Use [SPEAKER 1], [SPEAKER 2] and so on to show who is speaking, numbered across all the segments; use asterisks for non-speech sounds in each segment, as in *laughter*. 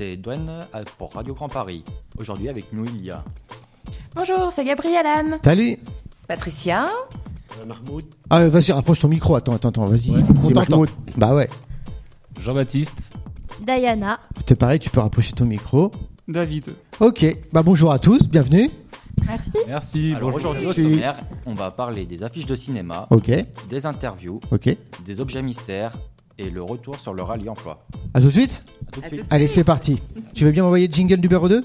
[SPEAKER 1] Edouane à- euh, pour Radio Grand Paris. Aujourd'hui avec nous il y a
[SPEAKER 2] Bonjour, c'est Gabrielle Anne.
[SPEAKER 3] Salut
[SPEAKER 4] Patricia,
[SPEAKER 5] Mahmoud.
[SPEAKER 3] Ah, vas-y, rapproche ton micro. Attends, attends, attends, vas-y.
[SPEAKER 5] Ouais,
[SPEAKER 3] il faut qu'on
[SPEAKER 5] c'est
[SPEAKER 3] t'entende. Bah ouais.
[SPEAKER 5] Jean-Baptiste.
[SPEAKER 6] Diana,
[SPEAKER 3] C'est pareil, tu peux rapprocher ton micro.
[SPEAKER 7] David.
[SPEAKER 3] Ok, bah bonjour à tous, bienvenue.
[SPEAKER 2] Merci.
[SPEAKER 5] Merci.
[SPEAKER 1] Alors aujourd'hui au
[SPEAKER 3] Merci. Oh.
[SPEAKER 1] sommaire, on va parler des affiches de cinéma,
[SPEAKER 3] Ok,
[SPEAKER 1] des interviews,
[SPEAKER 3] ok.
[SPEAKER 1] des objets mystères et le retour sur le rallye emploi.
[SPEAKER 3] À tout de suite
[SPEAKER 1] À tout de
[SPEAKER 4] À
[SPEAKER 1] suite.
[SPEAKER 4] tout de
[SPEAKER 3] Allez, c'est parti. Tu veux bien m'envoyer le jingle numéro 2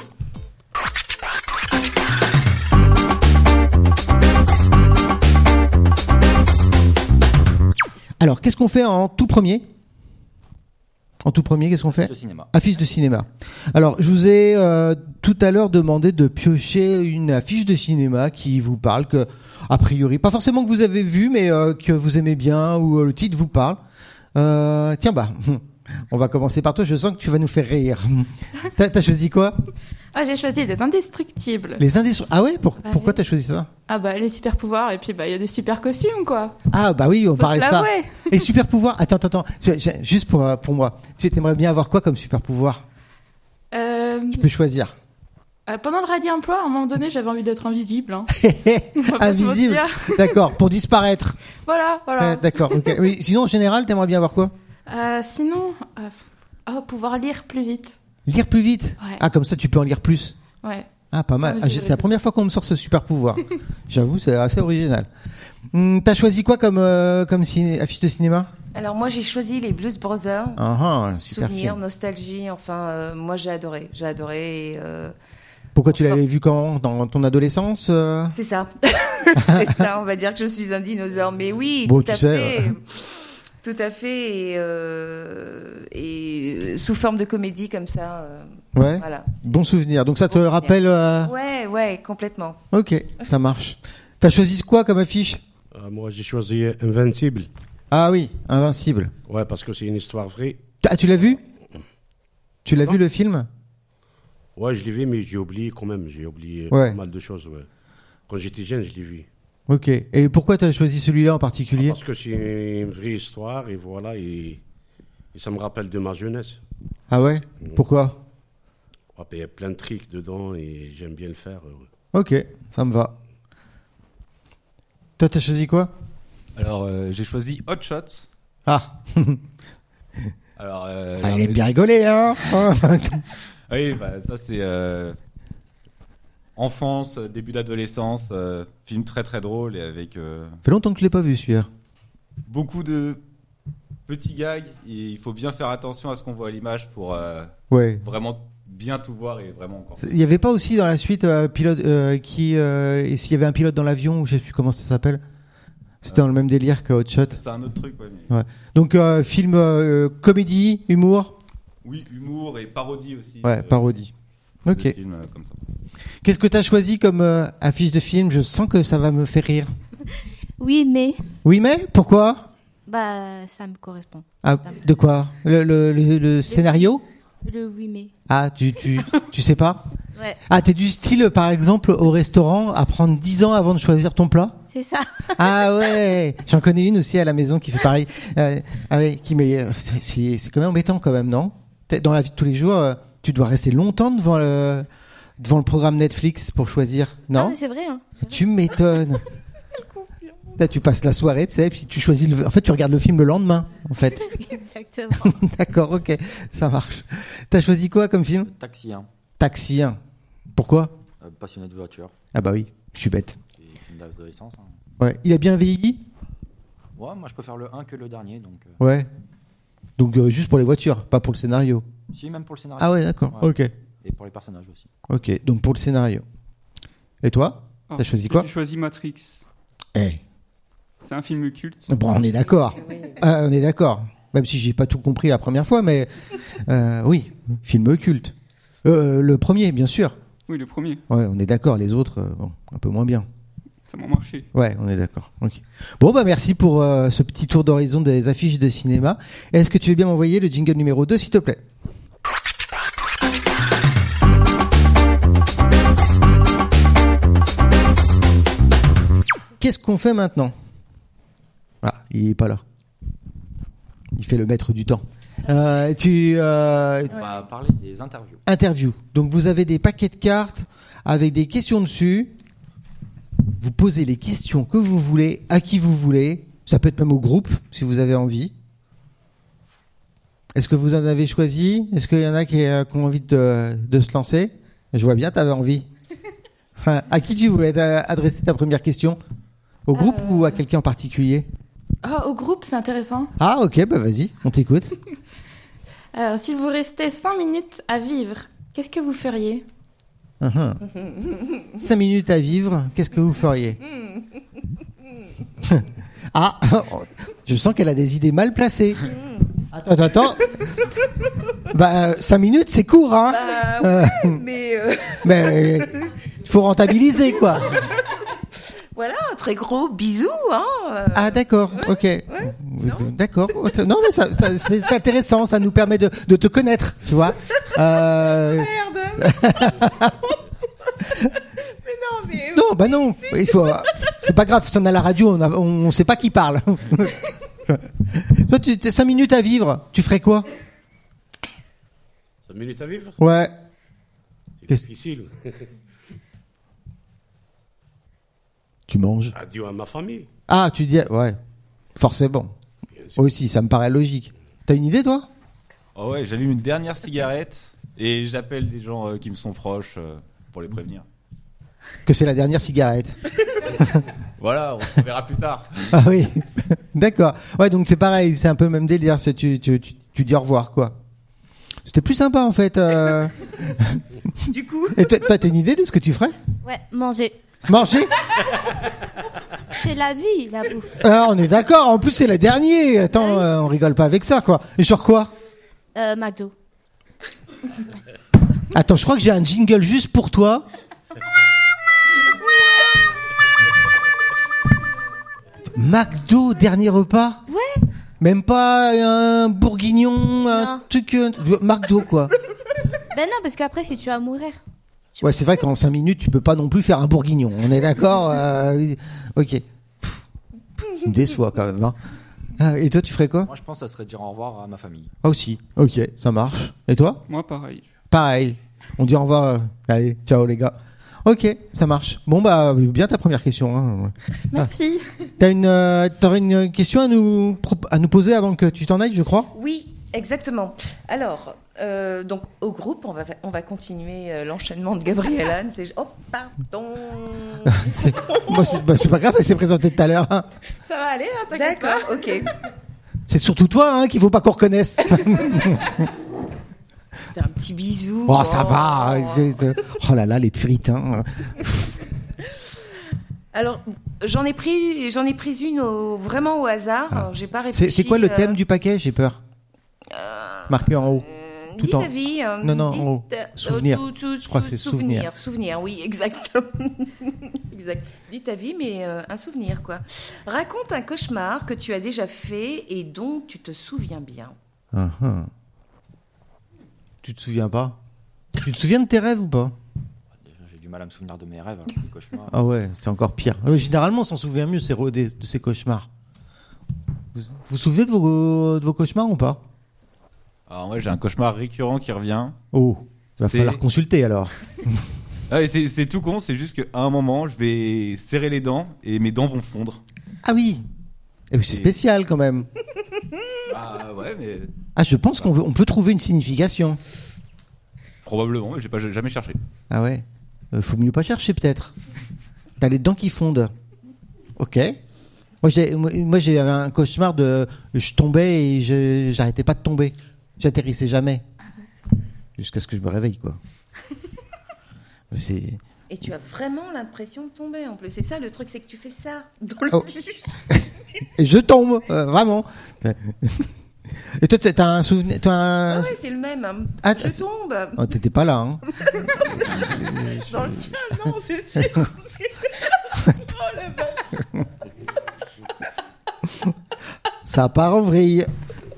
[SPEAKER 3] Alors, qu'est-ce qu'on fait en tout premier En tout premier, qu'est-ce qu'on fait
[SPEAKER 1] De cinéma.
[SPEAKER 3] Affiche de cinéma. Alors, je vous ai euh, tout à l'heure demandé de piocher une affiche de cinéma qui vous parle, que a priori, pas forcément que vous avez vu, mais euh, que vous aimez bien ou euh, le titre vous parle. Euh, tiens, bah, *laughs* on va commencer par toi. Je sens que tu vas nous
[SPEAKER 2] *laughs*
[SPEAKER 3] faire rire. T'as t'as choisi quoi
[SPEAKER 2] Ah, j'ai choisi les indestructibles.
[SPEAKER 3] Les indices. Ah ouais, pour-
[SPEAKER 2] Bah
[SPEAKER 3] pourquoi
[SPEAKER 2] oui.
[SPEAKER 3] t'as choisi ça
[SPEAKER 2] Ah bah les super pouvoirs et puis bah il y a des super costumes quoi.
[SPEAKER 3] Ah bah oui, on
[SPEAKER 2] Faut se
[SPEAKER 3] parlait de ça.
[SPEAKER 2] l'avouer.
[SPEAKER 3] Et super pouvoir. Attends, attends, attends. J'ai- j'ai- Juste pour euh, pour moi. Tu aimerais bien avoir quoi comme super pouvoir
[SPEAKER 2] Euh,
[SPEAKER 3] Tu peux choisir. *laughs*
[SPEAKER 2] euh, pendant le rallye emploi, à un moment donné, j'avais envie d'être invisible. Hein. *laughs* On va pas se
[SPEAKER 3] Invisible.
[SPEAKER 2] mentir.
[SPEAKER 3] D'accord. Pour disparaître.
[SPEAKER 2] Voilà,
[SPEAKER 3] Ouais,
[SPEAKER 2] voilà.
[SPEAKER 3] D'accord. ok. Oui, sinon, en général, t'aimerais bien avoir quoi
[SPEAKER 2] Euh, sinon, euh, oh, pouvoir lire plus vite.
[SPEAKER 3] Lire plus vite.
[SPEAKER 2] Ouais.
[SPEAKER 3] Ah, comme ça, tu peux en lire plus.
[SPEAKER 2] Ouais.
[SPEAKER 3] Ah, pas mal.
[SPEAKER 2] Ah,
[SPEAKER 3] Ah, j'ai- c'est la
[SPEAKER 2] j'aurais
[SPEAKER 3] première fois qu'on me sort ce super pouvoir. J'avoue, c'est assez original. Hmm, T'as choisi quoi comme euh, comme ciné- affiche de cinéma
[SPEAKER 4] alors moi j'ai choisi les Blues Brothers.
[SPEAKER 3] Ah, ah, super
[SPEAKER 4] Souvenirs,
[SPEAKER 3] film.
[SPEAKER 4] nostalgie, enfin euh, moi j'ai adoré, j'ai adoré. et, euh,
[SPEAKER 3] Pourquoi tu l'avais vu quand Dans ton adolescence euh
[SPEAKER 4] c'est ça, *laughs* c'est ça. On va dire que je suis un dinosaure, mais oui,
[SPEAKER 3] Bon,
[SPEAKER 4] tout à
[SPEAKER 3] tu sais,
[SPEAKER 4] fait, tout à fait, et, euh, et, euh, sous forme de comédie comme ça. euh,
[SPEAKER 3] Ouais.
[SPEAKER 4] Voilà.
[SPEAKER 3] Bon souvenir. Donc ça te
[SPEAKER 4] Bon souvenir.
[SPEAKER 3] rappelle euh,
[SPEAKER 4] Ouais, ouais, complètement.
[SPEAKER 3] Ok, ça marche. T'as choisi quoi comme affiche
[SPEAKER 5] euh, moi, j'ai choisi Invincible.
[SPEAKER 3] Ah oui, Invincible.
[SPEAKER 5] Ouais, parce que c'est une histoire vraie.
[SPEAKER 3] Ah, tu l'as vu Tu l'as vu le film
[SPEAKER 5] Ouais, je l'ai vu, mais j'ai oublié quand même. J'ai oublié
[SPEAKER 3] Ouais.
[SPEAKER 5] pas mal de choses. ouais. Quand j'étais jeune, je l'ai vu.
[SPEAKER 3] Ok. Et pourquoi t'as choisi celui-là en particulier
[SPEAKER 5] Ah, Parce que c'est une vraie histoire, et voilà, et, et ça me rappelle de ma jeunesse.
[SPEAKER 3] Ah ouais Pourquoi
[SPEAKER 5] Ouais, puis Il y a plein de tricks dedans, et j'aime bien le faire. euh, ouais.
[SPEAKER 3] Ok, ça me va. Toi, t'as choisi quoi
[SPEAKER 8] Alors, euh, j'ai choisi Hot Shots.
[SPEAKER 3] Ah,
[SPEAKER 8] Alors, euh,
[SPEAKER 3] il est bien rigolé, hein *laughs*
[SPEAKER 8] oui, bah, ça c'est euh, enfance, début d'adolescence, euh, film très très drôle et avec euh,
[SPEAKER 3] fait longtemps que je l'ai pas vu, celui-là.
[SPEAKER 8] beaucoup de petits gags. Et il faut bien faire attention à ce qu'on voit à l'image pour euh,
[SPEAKER 3] Ouais.
[SPEAKER 8] vraiment bien tout voir et vraiment encore.
[SPEAKER 3] C'est- Il y avait pas aussi dans la suite euh, pilote euh, qui euh, et s'il y avait un pilote dans l'avion ou je sais plus comment ça s'appelle. C'était dans le même délire que Hot Shot.
[SPEAKER 8] C'est un autre truc, ouais, mais-
[SPEAKER 3] Ouais. Donc euh, film euh, comédie, humour,
[SPEAKER 8] oui, humour et parodie aussi.
[SPEAKER 3] ouais,
[SPEAKER 8] euh,
[SPEAKER 3] parodie.
[SPEAKER 8] de
[SPEAKER 3] Ok.
[SPEAKER 8] films, euh, comme ça.
[SPEAKER 3] Qu'est-ce que t'as choisi comme euh, affiche de film Je sens que ça va me faire rire.
[SPEAKER 6] oui mais,
[SPEAKER 3] Oui, mais pourquoi
[SPEAKER 6] bah ça me correspond.
[SPEAKER 3] Ah, De quoi le, le- le- le scénario
[SPEAKER 6] Le oui mais.
[SPEAKER 3] Ah, tu, tu, tu sais pas
[SPEAKER 6] *laughs* Ouais,
[SPEAKER 3] Ah, t'es du style, par exemple, au restaurant, à prendre 10 ans avant de choisir ton plat
[SPEAKER 6] *laughs* c'est ça.
[SPEAKER 3] Ah ouais J'en connais une aussi à la maison qui fait pareil. Euh, ah ouais, qui, mais euh, c'est- c'est c'est quand même embêtant, quand même, non T'es- Dans la vie de tous les jours, euh, tu dois rester longtemps devant le, devant le programme Netflix pour choisir,
[SPEAKER 6] Ah,
[SPEAKER 3] non
[SPEAKER 6] mais c'est vrai. Hein.
[SPEAKER 3] Tu
[SPEAKER 6] *laughs*
[SPEAKER 3] m'étonnes Là, tu passes la soirée, tu sais, puis tu choisis le... En fait, tu regardes le film le lendemain, en
[SPEAKER 6] *laughs*
[SPEAKER 3] fait.
[SPEAKER 6] Exactement.
[SPEAKER 3] D'accord, ok, ça marche. T'as choisi quoi comme film
[SPEAKER 1] Taxi 1,
[SPEAKER 3] Taxi 1. Pourquoi
[SPEAKER 1] passionné de voiture
[SPEAKER 3] Ah bah oui, je suis bête.
[SPEAKER 1] et film d'adolescence. hein.
[SPEAKER 3] Ouais. Il a bien vieilli
[SPEAKER 1] Ouais, moi je préfère le 1 que le dernier donc. euh,
[SPEAKER 3] Ouais. Donc euh, juste pour les voitures, pas pour le scénario.
[SPEAKER 1] Si même pour le scénario
[SPEAKER 3] Ah ouais, d'accord.
[SPEAKER 1] Ouais.
[SPEAKER 3] Ok.
[SPEAKER 1] et pour les personnages aussi.
[SPEAKER 3] Ok. Donc pour le scénario. Et toi
[SPEAKER 7] Ah.
[SPEAKER 3] T'as choisi quoi
[SPEAKER 7] J'ai choisi Matrix.
[SPEAKER 3] Eh.
[SPEAKER 7] C'est un film culte.
[SPEAKER 3] Bon, on est d'accord. Ah, on est d'accord. Même si j'ai pas tout compris la première fois, mais euh, oui, film culte. Euh, le premier, bien sûr.
[SPEAKER 7] Oui, le premier.
[SPEAKER 3] Ouais, on est d'accord. Les autres, euh, bon, un peu moins bien.
[SPEAKER 7] Ça m'a marché.
[SPEAKER 3] Ouais, on est d'accord. Ok. Bon, bah merci pour euh, ce petit tour d'horizon des affiches de cinéma. Est-ce que tu veux bien m'envoyer le jingle numéro 2, s'il te plaît Qu'est-ce qu'on fait maintenant Ah, il est pas là. Il fait le maître du temps. Euh, tu euh,
[SPEAKER 1] On va parler des interviews.
[SPEAKER 3] interview. Donc vous avez des paquets de cartes avec des questions dessus. Vous posez les questions que vous voulez, à qui vous voulez. Ça peut être même au groupe si vous avez envie. Est-ce que vous en avez choisi Est-ce qu'il y en a qui, euh, qui ont envie de, de se lancer Je vois bien, tu avais envie. Hein, à qui tu voulais euh, adresser ta première question Au groupe
[SPEAKER 2] Euh.
[SPEAKER 3] ou à quelqu'un en particulier
[SPEAKER 2] Ah, au groupe, c'est intéressant.
[SPEAKER 3] Ah ok, bah vas-y, on t'écoute.
[SPEAKER 2] Alors, si Euh, vous restez 5 minutes à vivre, qu'est-ce que vous feriez
[SPEAKER 3] 5 Uh-huh. minutes à vivre, qu'est-ce que vous feriez *laughs* Ah, *laughs* je sens qu'elle a des idées mal placées. Attends, attends, attends. Bah, 5 minutes, c'est court, hein
[SPEAKER 4] Bah,
[SPEAKER 3] Euh,
[SPEAKER 4] mais euh, *laughs*
[SPEAKER 3] Mais il faut rentabiliser, quoi.
[SPEAKER 4] voilà, un très gros bisou. Hein, euh.
[SPEAKER 3] Ah, d'accord, ok. D'accord. Non, mais ça, ça- c'est intéressant, ça nous permet de, de te connaître, tu vois. Euh,
[SPEAKER 4] Merde. mais non, *laughs* mais
[SPEAKER 3] Non, bah non, il faut. C'est pas grave, si on a la radio, on, a- on sait pas qui *laughs* parle. Toi, tu as 5 minutes à vivre, tu ferais quoi
[SPEAKER 5] 5 minutes à vivre
[SPEAKER 3] Ouais.
[SPEAKER 5] C'est
[SPEAKER 3] Qu'est-ce- *laughs*
[SPEAKER 5] difficile.
[SPEAKER 3] Tu manges
[SPEAKER 5] Adieu à ma famille.
[SPEAKER 3] Ah, tu dis. Ouais, forcément.
[SPEAKER 5] Bien sûr.
[SPEAKER 3] Aussi, ça me paraît logique. T'as une idée, toi
[SPEAKER 8] Oh ouais, j'allume une dernière cigarette et j'appelle les gens euh, qui me sont proches euh, pour les prévenir.
[SPEAKER 3] Que c'est la dernière *laughs* cigarette.
[SPEAKER 8] Voilà, on se verra plus tard.
[SPEAKER 3] Ah oui, d'accord. Ouais, donc c'est pareil, c'est un peu le même délire, c'est tu, tu, tu, tu dis au revoir, quoi. C'était plus sympa, en fait. euh.
[SPEAKER 4] *laughs* du coup,
[SPEAKER 3] Et toi, toi, t'as une idée de ce que tu ferais
[SPEAKER 6] Ouais, manger.
[SPEAKER 3] Manger
[SPEAKER 6] C'est la vie, la bouffe.
[SPEAKER 3] Ah, on est d'accord. En plus, c'est la dernière. Attends, euh, on rigole pas avec ça, quoi. Et sur quoi
[SPEAKER 6] Euh, McDo.
[SPEAKER 3] Attends, je crois que j'ai un jingle juste pour toi. McDo, dernier repas
[SPEAKER 6] Ouais.
[SPEAKER 3] Même pas un bourguignon, un
[SPEAKER 6] Non.
[SPEAKER 3] truc. euh, McDo, quoi.
[SPEAKER 6] Ben non, parce qu'après, si tu vas mourir.
[SPEAKER 3] Ouais, c'est vrai qu'en 5 minutes, tu peux pas non plus faire un bourguignon. On est d'accord euh, Ok. Pff, Tu me déçois quand même. hein. Ah, Et toi, tu ferais quoi
[SPEAKER 1] Moi, je pense que ça serait dire au revoir à ma famille.
[SPEAKER 3] Ah, aussi. Ok, ça marche. Et toi
[SPEAKER 7] Moi, pareil.
[SPEAKER 3] Pareil. On dit au revoir. euh, Allez, ciao les gars. Ok, ça marche. Bon bah bien ta première question. Hein.
[SPEAKER 2] Merci.
[SPEAKER 3] T'as une, euh, t'aurais une question à nous pro- à nous poser avant que tu t'en ailles, je crois.
[SPEAKER 4] oui, exactement. Alors, euh, donc au groupe, on va on va continuer euh, l'enchaînement de Gabriel Anne. C'est oh *laughs* pardon.
[SPEAKER 3] *laughs* C'est bah, c'est- bah, c'est pas grave, elle s'est présentée tout à l'heure. hein.
[SPEAKER 2] Ça va aller, hein, t'inquiète pas.
[SPEAKER 4] D'accord, ok.
[SPEAKER 3] C'est surtout toi hein, qu'il faut pas qu'on reconnaisse.
[SPEAKER 4] C'était un petit bisou.
[SPEAKER 3] oh ça va.
[SPEAKER 4] Oh.
[SPEAKER 3] Je- je- Oh là là les puritains.
[SPEAKER 4] Alors, j'en ai pris, j'en ai pris une au- vraiment au hasard.
[SPEAKER 3] Ah.
[SPEAKER 4] Alors, J'ai pas réfléchi. euh,
[SPEAKER 3] C'est c'est quoi le thème du paquet J'ai peur. Marqué en haut. tout
[SPEAKER 4] tout
[SPEAKER 3] en-
[SPEAKER 4] ta vie. euh,
[SPEAKER 3] Non, non,
[SPEAKER 4] dites,
[SPEAKER 3] en haut.
[SPEAKER 4] euh,
[SPEAKER 3] Souvenir.
[SPEAKER 4] tout- tout-
[SPEAKER 3] Je crois que
[SPEAKER 4] tout-
[SPEAKER 3] c'est souvenir.
[SPEAKER 4] Souvenir, souvenir, oui, exactement. *laughs* exact. Dis ta vie, mais euh, un souvenir, quoi. Raconte un cauchemar que tu as déjà fait et dont tu te souviens bien.
[SPEAKER 3] Ah, ah. Tu te souviens pas Tu te souviens de tes rêves ou pas
[SPEAKER 1] Bah, Déjà, J'ai du mal à me souvenir de mes rêves, hein, des cauchemars.
[SPEAKER 3] Ah ouais, c'est encore pire. Euh, généralement, on s'en souvient mieux ces re- des- de ces cauchemars. Vous vous vous souvenez de vos, de vos cauchemars ou pas
[SPEAKER 8] Alors moi, j'ai un cauchemar récurrent qui revient.
[SPEAKER 3] Oh, va
[SPEAKER 8] C'est-
[SPEAKER 3] falloir consulter alors.
[SPEAKER 8] Ah, et c'est c'est tout con, c'est juste qu'à un moment, je vais serrer les dents et mes dents vont fondre.
[SPEAKER 3] Ah oui Eh oui, c'est spécial quand même.
[SPEAKER 8] Ah ouais, mais
[SPEAKER 3] Ah, je pense qu'on peut, on peut trouver une signification.
[SPEAKER 8] probablement, mais j'ai pas j'ai jamais cherché.
[SPEAKER 3] Ah ouais Euh, Faut mieux pas chercher peut-être. T'as les dents qui fondent. Ok. Moi j'ai, moi moi, j'ai un cauchemar de je tombais et je, j'arrêtais pas de tomber. J'atterrissais jamais. Jusqu'à ce que je me réveille quoi. C'est...
[SPEAKER 4] Et tu as vraiment l'impression de tomber en plus. C'est ça le truc, c'est que tu fais ça dans le
[SPEAKER 3] Oh.
[SPEAKER 4] lit.
[SPEAKER 3] Et je tombe, euh, vraiment. *laughs* Et toi, t'as- t'as un souvenir. t'as un-
[SPEAKER 4] Ah ouais, c'est le même. hein.
[SPEAKER 3] Ah, t'as-
[SPEAKER 4] je tombe
[SPEAKER 3] Oh, T'étais pas là. Hein.
[SPEAKER 4] dans le tien, non, c'est sûr.
[SPEAKER 3] *laughs*
[SPEAKER 4] *laughs* oh la vache.
[SPEAKER 3] Ça part en vrille.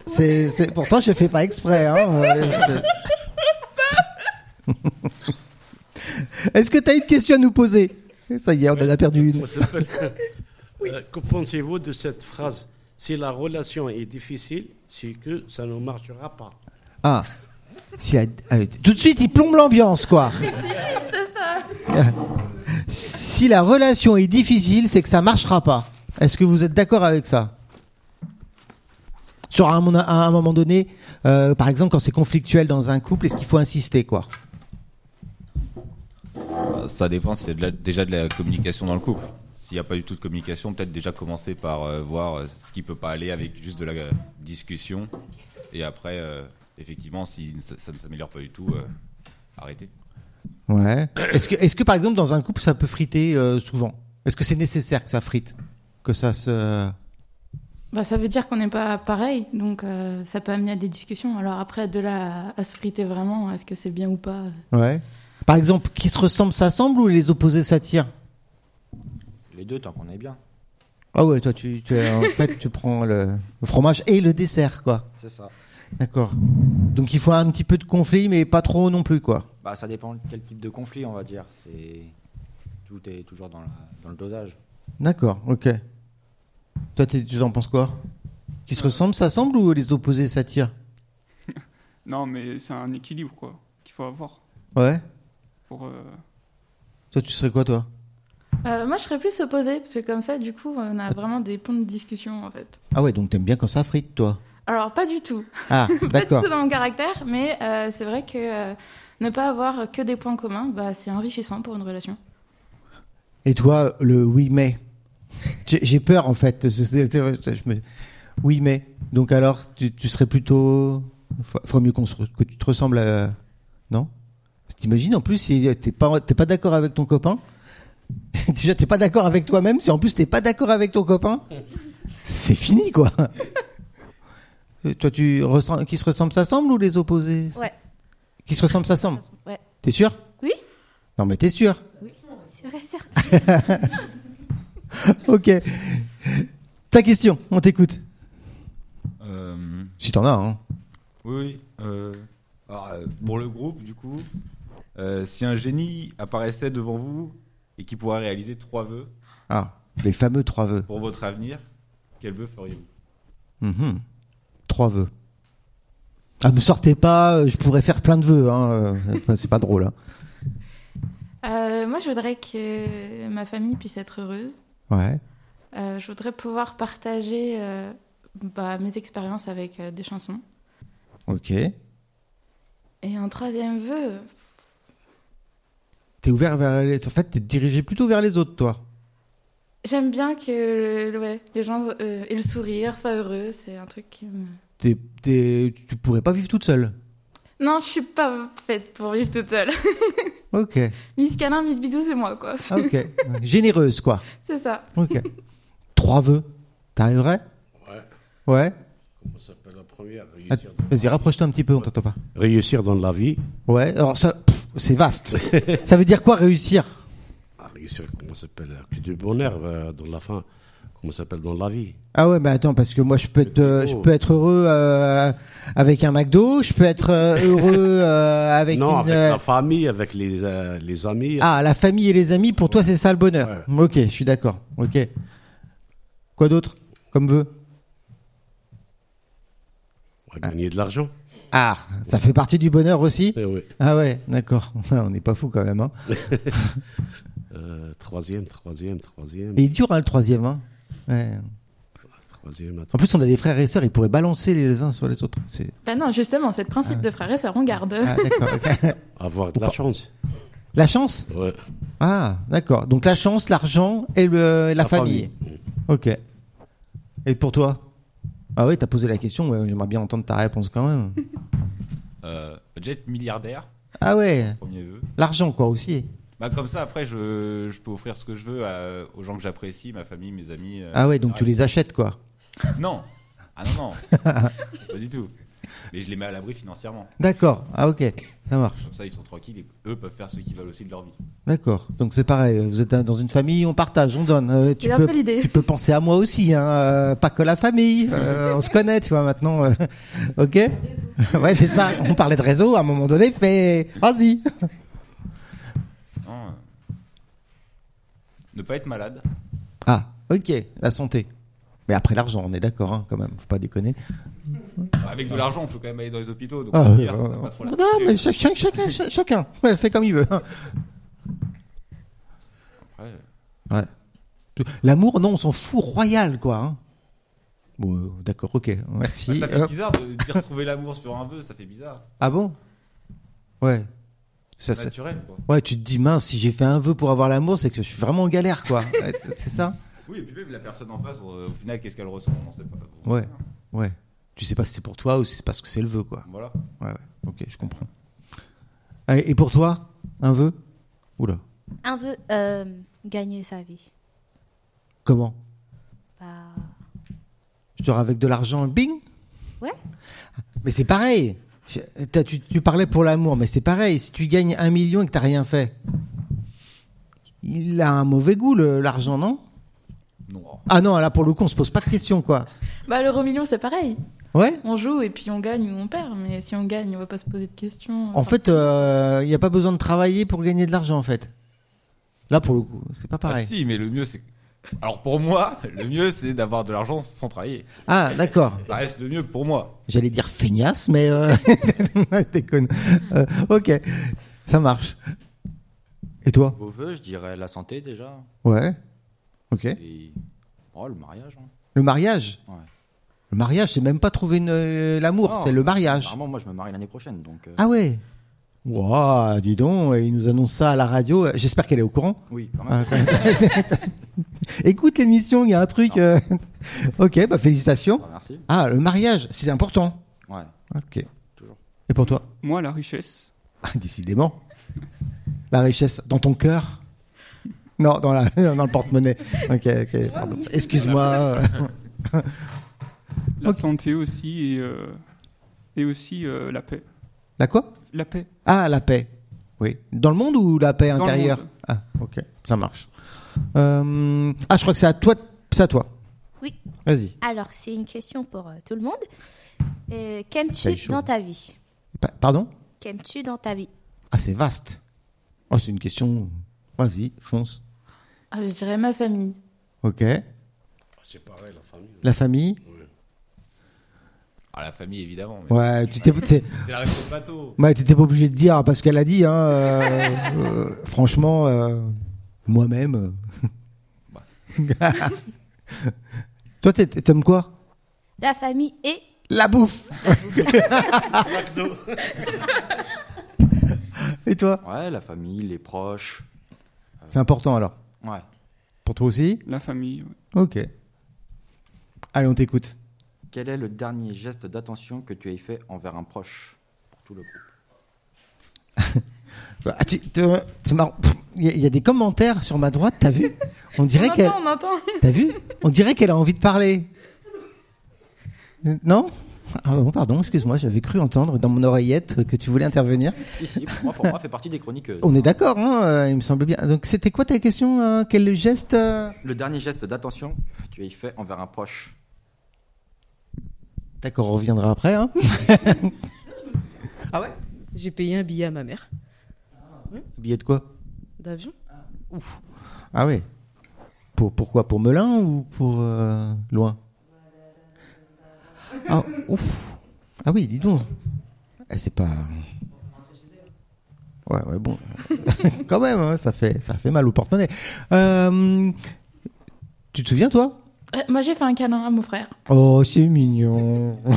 [SPEAKER 3] C'est, c'est- Pourtant, je fais pas exprès. Hein. Euh, je- Est-ce que t'as une question à nous poser Ça y est, on en a perdu une.
[SPEAKER 5] Ça s'appelle- Euh, que pensez-vous de cette phrase Si la relation est difficile, c'est que ça ne marchera pas.
[SPEAKER 3] Ah. Si, euh, euh, tout de suite, il plombe l'ambiance, quoi. Si la relation est difficile, c'est que ça marchera pas. Est-ce que vous êtes d'accord avec ça Sur un, mon- à un moment donné, euh, par exemple, quand c'est conflictuel dans un couple, est-ce qu'il faut insister, quoi
[SPEAKER 8] Bah, Ça dépend, c'est de la- déjà de la communication dans le couple. S'il n'y a pas du tout de communication, peut-être déjà commencer par euh, voir euh, ce qui peut pas aller avec juste de la euh, discussion. Et après, euh, effectivement, si ça, ça ne s'améliore pas du tout, euh, arrêter.
[SPEAKER 3] Ouais. Est-ce que, est-ce que, par exemple, dans un couple, ça peut friter euh, souvent Est-ce que c'est nécessaire que ça frite Que ça se.
[SPEAKER 2] Bah, ça veut dire qu'on n'est pas pareil, donc euh, ça peut amener à des discussions. Alors après, de là à, à se friter vraiment, est-ce que c'est bien ou pas euh?
[SPEAKER 3] Ouais. Par exemple, qui se ressemble s'assemble ou les opposés s'attirent
[SPEAKER 1] Les deux, tant qu'on est bien.
[SPEAKER 3] Ah ouais, toi, tu, tu- *laughs* en fait, tu prends le, le fromage et le dessert, quoi.
[SPEAKER 1] C'est ça.
[SPEAKER 3] D'accord. Donc il faut un petit peu de conflit, mais pas trop non plus, quoi.
[SPEAKER 1] Bah, ça dépend de quel type de conflit, on va dire. C'est tout est toujours dans, la- dans le dosage.
[SPEAKER 3] D'accord, ok. Toi, t'es- tu en penses quoi Qui se ressemble s'assemble ou les opposés s'attirent
[SPEAKER 7] Non, mais c'est un équilibre, quoi, qu'il faut avoir
[SPEAKER 3] Ouais.
[SPEAKER 7] pour. euh,
[SPEAKER 3] Toi, tu serais quoi, toi
[SPEAKER 2] Euh, Moi, je serais plus opposée, parce que comme ça, du coup, on a vraiment des ponts de discussion, en fait.
[SPEAKER 3] Ah ouais, donc t'aimes bien quand ça frite, toi.
[SPEAKER 2] Alors, pas du tout.
[SPEAKER 3] Ah,
[SPEAKER 2] Pas du
[SPEAKER 3] d'accord.
[SPEAKER 2] tout dans mon caractère, mais euh, c'est vrai que euh, ne pas avoir que des points communs, bah, c'est enrichissant pour une relation.
[SPEAKER 3] Et toi, le oui mais J'ai j'ai peur en fait. C'est- c'est- c'est- je me- Oui mais. Donc alors, tu, tu serais plutôt. Faut- Faut mieux qu'on se re- que tu te ressembles à. Non Parce que T'imagines en plus, si t'es pas, t'es pas d'accord avec ton copain. *laughs* Déjà, t'es pas d'accord avec toi-même. Si en plus t'es pas d'accord avec ton copain, c'est fini quoi. *laughs* Euh, toi, tu ressens- qui se ressemble s'assemble ou les opposés
[SPEAKER 6] Ouais.
[SPEAKER 3] Qui se ressemble s'assemble
[SPEAKER 6] Ouais.
[SPEAKER 3] T'es sûr
[SPEAKER 6] Oui.
[SPEAKER 3] Non mais t'es sûr
[SPEAKER 6] C'est vrai, c'est vrai.
[SPEAKER 3] Ok. Ta question, on t'écoute.
[SPEAKER 8] Euh,
[SPEAKER 3] Si t'en as, hein.
[SPEAKER 8] Oui, oui. euh, alors, euh, pour le groupe, du coup, euh, si un génie apparaissait devant vous et qui pourrait réaliser trois vœux
[SPEAKER 3] Ah, les fameux trois vœux.
[SPEAKER 8] pour votre avenir, quel vœu feriez-vous
[SPEAKER 3] Mhm. Trois vœux. Ah, me sortez pas, euh, je pourrais faire plein de vœux, hein. euh, c'est pas- C'est pas drôle. hein.
[SPEAKER 2] Euh, moi, je voudrais que ma famille puisse être heureuse.
[SPEAKER 3] Ouais.
[SPEAKER 2] Euh, je voudrais pouvoir partager euh, bah, mes expériences avec euh, des chansons.
[SPEAKER 3] Ok.
[SPEAKER 2] Et un troisième vœu,
[SPEAKER 3] T'es ouvert vers les. En fait, t'es dirigé plutôt vers les autres, toi.
[SPEAKER 2] j'aime bien que euh, ouais, les gens euh, aient le sourire, soient heureux. C'est un truc qui me...
[SPEAKER 3] T'es- t'es- tu pourrais pas vivre toute seule.
[SPEAKER 2] Non, je suis pas faite pour vivre toute seule. *laughs*
[SPEAKER 3] Ok.
[SPEAKER 2] Miss Câlin, Miss Bisou, c'est moi, quoi. *laughs*
[SPEAKER 3] Ah, ok. Généreuse, quoi.
[SPEAKER 2] C'est ça.
[SPEAKER 3] Ok. trois vœux. T'arriverais
[SPEAKER 5] Ouais.
[SPEAKER 3] Ouais.
[SPEAKER 5] Comment ça s'appelle la première
[SPEAKER 3] Att-
[SPEAKER 5] réussir dans...
[SPEAKER 3] Vas-y, rapproche-toi un petit peu, on t'entend pas.
[SPEAKER 5] Ah, réussir dans la vie.
[SPEAKER 3] Ouais, alors ça, pff, c'est
[SPEAKER 5] *laughs*
[SPEAKER 3] vaste. ça veut dire quoi réussir
[SPEAKER 5] Ah, réussir, comment ça s'appelle euh, Que du bonheur euh, dans la fin. Comment ça s'appelle dans la vie
[SPEAKER 3] Ah ouais, mais attends, parce que moi je peux être, euh, je peux être heureux euh, avec un McDo, je peux être euh, heureux euh, avec
[SPEAKER 5] Non,
[SPEAKER 3] une.
[SPEAKER 5] avec
[SPEAKER 3] euh,
[SPEAKER 5] la famille, avec les, euh, les amis.
[SPEAKER 3] Ah, la famille et les amis, pour toi c'est ça le bonheur. Ok, je suis d'accord. Ok. Quoi d'autre comme vœu
[SPEAKER 5] On va gagner de l'argent.
[SPEAKER 3] Ah, ça fait partie du bonheur aussi
[SPEAKER 5] Eh oui.
[SPEAKER 3] Ah ouais, d'accord. *laughs* On n'est pas fou quand même. Hein.
[SPEAKER 5] Euh, troisième, troisième, troisième,
[SPEAKER 3] Et il est dur hein, le troisième. Hein. Ouais.
[SPEAKER 5] troisième. attends.
[SPEAKER 3] En plus, on a des frères et sœurs, ils pourraient balancer les uns sur les autres. C'est...
[SPEAKER 2] Ben non, justement, c'est le principe de frère et sœur, on garde.
[SPEAKER 3] Ah, d'accord.
[SPEAKER 5] *laughs*
[SPEAKER 3] ok.
[SPEAKER 5] Avoir de la chance.
[SPEAKER 3] La chance
[SPEAKER 5] Ouais.
[SPEAKER 3] Ah, d'accord. Donc la chance, l'argent et le, la, famille. Ok. Et pour toi Ah oui, t'as posé la question, ouais, j'aimerais bien entendre ta réponse quand *laughs* même.
[SPEAKER 8] Euh, Déjà être milliardaire,
[SPEAKER 3] ah ouais,
[SPEAKER 8] premier vœu.
[SPEAKER 3] l'argent quoi aussi.
[SPEAKER 8] Bah, comme ça, après, je, je peux offrir ce que je veux à- aux gens que j'apprécie, ma famille, mes amis. euh,
[SPEAKER 3] Ah ouais, donc tu
[SPEAKER 8] etc.
[SPEAKER 3] les achètes quoi.
[SPEAKER 8] Non Ah non, non
[SPEAKER 3] *laughs*
[SPEAKER 8] Pas du tout. Mais je les mets à l'abri financièrement.
[SPEAKER 3] D'accord, ah ok, ça marche.
[SPEAKER 8] Comme ça, ils sont tranquilles et eux peuvent faire ce qu'ils veulent aussi de leur vie.
[SPEAKER 3] D'accord, donc c'est pareil, vous êtes dans une famille, on partage, on donne. Euh, tu,
[SPEAKER 2] C'est un
[SPEAKER 3] peux,
[SPEAKER 2] peu l'idée.
[SPEAKER 3] tu peux penser à moi aussi, hein, euh, pas que la famille, *laughs* Euh, on se connaît, tu vois, maintenant. euh, *laughs* ok Ouais, c'est ça, on parlait de réseau, à un moment donné, fais. Vas-y
[SPEAKER 8] Non, euh, Ne pas être malade.
[SPEAKER 3] Ah, ok, la santé. Mais après l'argent, on est d'accord, hein, quand même, faut pas déconner.
[SPEAKER 8] Avec de l'argent, on peut quand même aller dans les hôpitaux. Donc,
[SPEAKER 3] Ah,
[SPEAKER 8] on
[SPEAKER 3] oui,
[SPEAKER 8] regarde,
[SPEAKER 3] voilà.
[SPEAKER 8] t'as pas trop la
[SPEAKER 3] non,
[SPEAKER 8] santé.
[SPEAKER 3] mais chaque- chaque- chacun, chaque- chacun, Ouais, fait comme il veut. hein.
[SPEAKER 8] Ouais.
[SPEAKER 3] Ouais. L'amour, non, on s'en fout royal, quoi. hein. Bon, euh, d'accord, ok,
[SPEAKER 8] Bah,
[SPEAKER 3] merci.
[SPEAKER 8] *laughs* ça
[SPEAKER 3] Hop.
[SPEAKER 8] fait bizarre de dire trouver l'amour sur un vœu, ça fait bizarre.
[SPEAKER 3] Ah bon Ouais. Ça,
[SPEAKER 8] C'est
[SPEAKER 3] ça-
[SPEAKER 8] naturel, quoi.
[SPEAKER 3] Ouais, tu te dis, mince, si j'ai fait un vœu pour avoir l'amour, c'est que je suis vraiment en galère,
[SPEAKER 8] *laughs*
[SPEAKER 3] quoi. Ouais, c'est ça
[SPEAKER 8] Oui, et puis même la personne en face, euh, au final, qu'est-ce qu'elle ressent On en sait pas. On
[SPEAKER 3] Ouais.
[SPEAKER 8] sait rien.
[SPEAKER 3] Ouais. Tu sais pas si c'est pour toi ou si c'est parce que c'est le vœu, quoi.
[SPEAKER 8] Voilà.
[SPEAKER 3] Ouais, ouais. Ok, je comprends. Ah, Et pour toi, un vœu Oula.
[SPEAKER 6] Un veut euh, gagner sa vie.
[SPEAKER 3] Comment
[SPEAKER 6] Bah,
[SPEAKER 3] Genre avec de l'argent, bing
[SPEAKER 6] Ouais.
[SPEAKER 3] Mais c'est pareil. Je- t'as- tu, tu parlais pour l'amour, mais c'est pareil. Si tu gagnes un million et que t'as rien fait, il a un mauvais goût, le- l'argent, non
[SPEAKER 8] Non.
[SPEAKER 3] Ah non, là, pour le coup, on se pose pas de questions, quoi.
[SPEAKER 2] Bah, l'euro million, c'est pareil.
[SPEAKER 3] Ouais
[SPEAKER 2] On joue et puis on gagne ou on perd. Mais si on gagne, on va pas se poser de questions.
[SPEAKER 3] En fait, euh, il n'y a pas besoin de travailler pour gagner de l'argent, en fait. Là, pour le coup, c'est pas
[SPEAKER 8] Ah,
[SPEAKER 3] pareil.
[SPEAKER 8] si, mais le mieux, c'est. Alors pour moi, le mieux, c'est d'avoir de l'argent sans travailler.
[SPEAKER 3] Ah, d'accord.
[SPEAKER 8] Ça reste le mieux pour moi.
[SPEAKER 3] J'allais dire feignasse, mais euh... *laughs* je déconne. Euh, ok, ça marche. Et toi
[SPEAKER 1] Vos voeux, je dirais la santé déjà.
[SPEAKER 3] Ouais. Ok.
[SPEAKER 1] Et. Oh, le mariage. hein.
[SPEAKER 3] Le mariage
[SPEAKER 1] Ouais.
[SPEAKER 3] Le mariage, c'est même pas trouver une- euh, l'amour,
[SPEAKER 1] Non,
[SPEAKER 3] c'est le mariage.
[SPEAKER 1] Apparemment, Oh, moi, je me marie l'année prochaine, donc. euh,
[SPEAKER 3] Ah ouais Waouh, dis donc, et il nous annonce ça à la radio. J'espère qu'elle est au courant.
[SPEAKER 1] Oui, quand même.
[SPEAKER 3] Ah, quand même. *laughs* Écoute l'émission, il y a un truc. euh, ok, bah félicitations.
[SPEAKER 1] Ah, merci.
[SPEAKER 3] Ah, le mariage, c'est important.
[SPEAKER 1] Ouais.
[SPEAKER 3] Ok.
[SPEAKER 1] Toujours.
[SPEAKER 3] Et pour toi
[SPEAKER 7] Moi, la richesse.
[SPEAKER 3] Ah, décidément. La richesse dans ton cœur Non, dans, la, *laughs* dans le porte-monnaie. Ok, ok. Ah,
[SPEAKER 1] *laughs*
[SPEAKER 3] Excuse-moi.
[SPEAKER 7] La
[SPEAKER 3] Ok.
[SPEAKER 7] santé aussi et, euh, et aussi euh, la paix.
[SPEAKER 3] La quoi
[SPEAKER 7] La paix.
[SPEAKER 3] Ah, la paix. Oui. Dans le monde ou la paix
[SPEAKER 7] Dans le
[SPEAKER 3] intérieure
[SPEAKER 7] monde.
[SPEAKER 3] Ah, ok, ça marche. Euh, ah, je crois que c'est à toi. C'est à toi.
[SPEAKER 6] Oui.
[SPEAKER 3] Vas-y.
[SPEAKER 6] alors, c'est une question pour euh, tout le monde. Euh,
[SPEAKER 3] Ça y est
[SPEAKER 6] Qu'aimes-tu
[SPEAKER 3] chaud.
[SPEAKER 6] dans ta vie
[SPEAKER 3] Pa- pardon
[SPEAKER 6] Qu'aimes-tu dans ta vie
[SPEAKER 3] Ah, c'est vaste. Oh, c'est une question. Vas-y, fonce.
[SPEAKER 2] Ah, je dirais ma famille.
[SPEAKER 3] Ok.
[SPEAKER 5] Ah, C'est pareil, la famille.
[SPEAKER 3] La famille
[SPEAKER 8] À la famille, évidemment. mais
[SPEAKER 3] Ouais, tu t'es. t'es-
[SPEAKER 8] C'est la réponse bateau.
[SPEAKER 3] Ouais, t'étais pas obligé de dire parce qu'elle a dit. Hein, euh, euh, franchement, euh, moi-même. euh.
[SPEAKER 5] Bah.
[SPEAKER 3] *laughs* Toi, t'es- t'aimes quoi
[SPEAKER 6] La famille et
[SPEAKER 3] La bouffe. *laughs* Et toi
[SPEAKER 1] Ouais, la famille, les proches.
[SPEAKER 3] C'est important alors.
[SPEAKER 1] Ouais.
[SPEAKER 3] Pour toi aussi
[SPEAKER 7] La famille. ouais.
[SPEAKER 3] Ok. Allez, on t'écoute.
[SPEAKER 1] Quel est le dernier geste d'attention que tu aies fait envers un proche Pour tout le groupe.
[SPEAKER 3] Ah, tu- tu- c'est marrant. Pff, Il y, a- il y a des commentaires sur ma droite, t'as vu On dirait
[SPEAKER 2] on
[SPEAKER 3] qu'elle.
[SPEAKER 2] entend, on entend.
[SPEAKER 3] T'as vu On dirait qu'elle a envie de parler. Euh, Non Ah bon, pardon, excuse-moi, j'avais cru entendre dans mon oreillette que tu voulais intervenir.
[SPEAKER 1] Si, si, pour moi, pour moi, fait partie des chroniqueuses.
[SPEAKER 3] On est d'accord, hein, euh, il me semble bien. Donc c'était quoi ta question euh, Quel geste euh,
[SPEAKER 1] Le dernier geste d'attention que tu aies fait envers un proche.
[SPEAKER 3] D'accord, on reviendra après. Hein. ah ouais
[SPEAKER 9] J'ai payé un billet à ma mère
[SPEAKER 3] Billet de quoi
[SPEAKER 9] d'avion.
[SPEAKER 3] Ah oui. Pour, pourquoi Pour Melun ou pour euh, loin Ah, ouf. Ah oui, dis donc. Eh, c'est pas. Ouais, ouais, bon. *laughs* Quand même, hein, ça, fait, ça fait mal au porte-monnaie. Euh, tu te souviens, toi
[SPEAKER 2] Euh, moi, j'ai fait un câlin à mon frère.
[SPEAKER 3] Oh, c'est mignon. *laughs*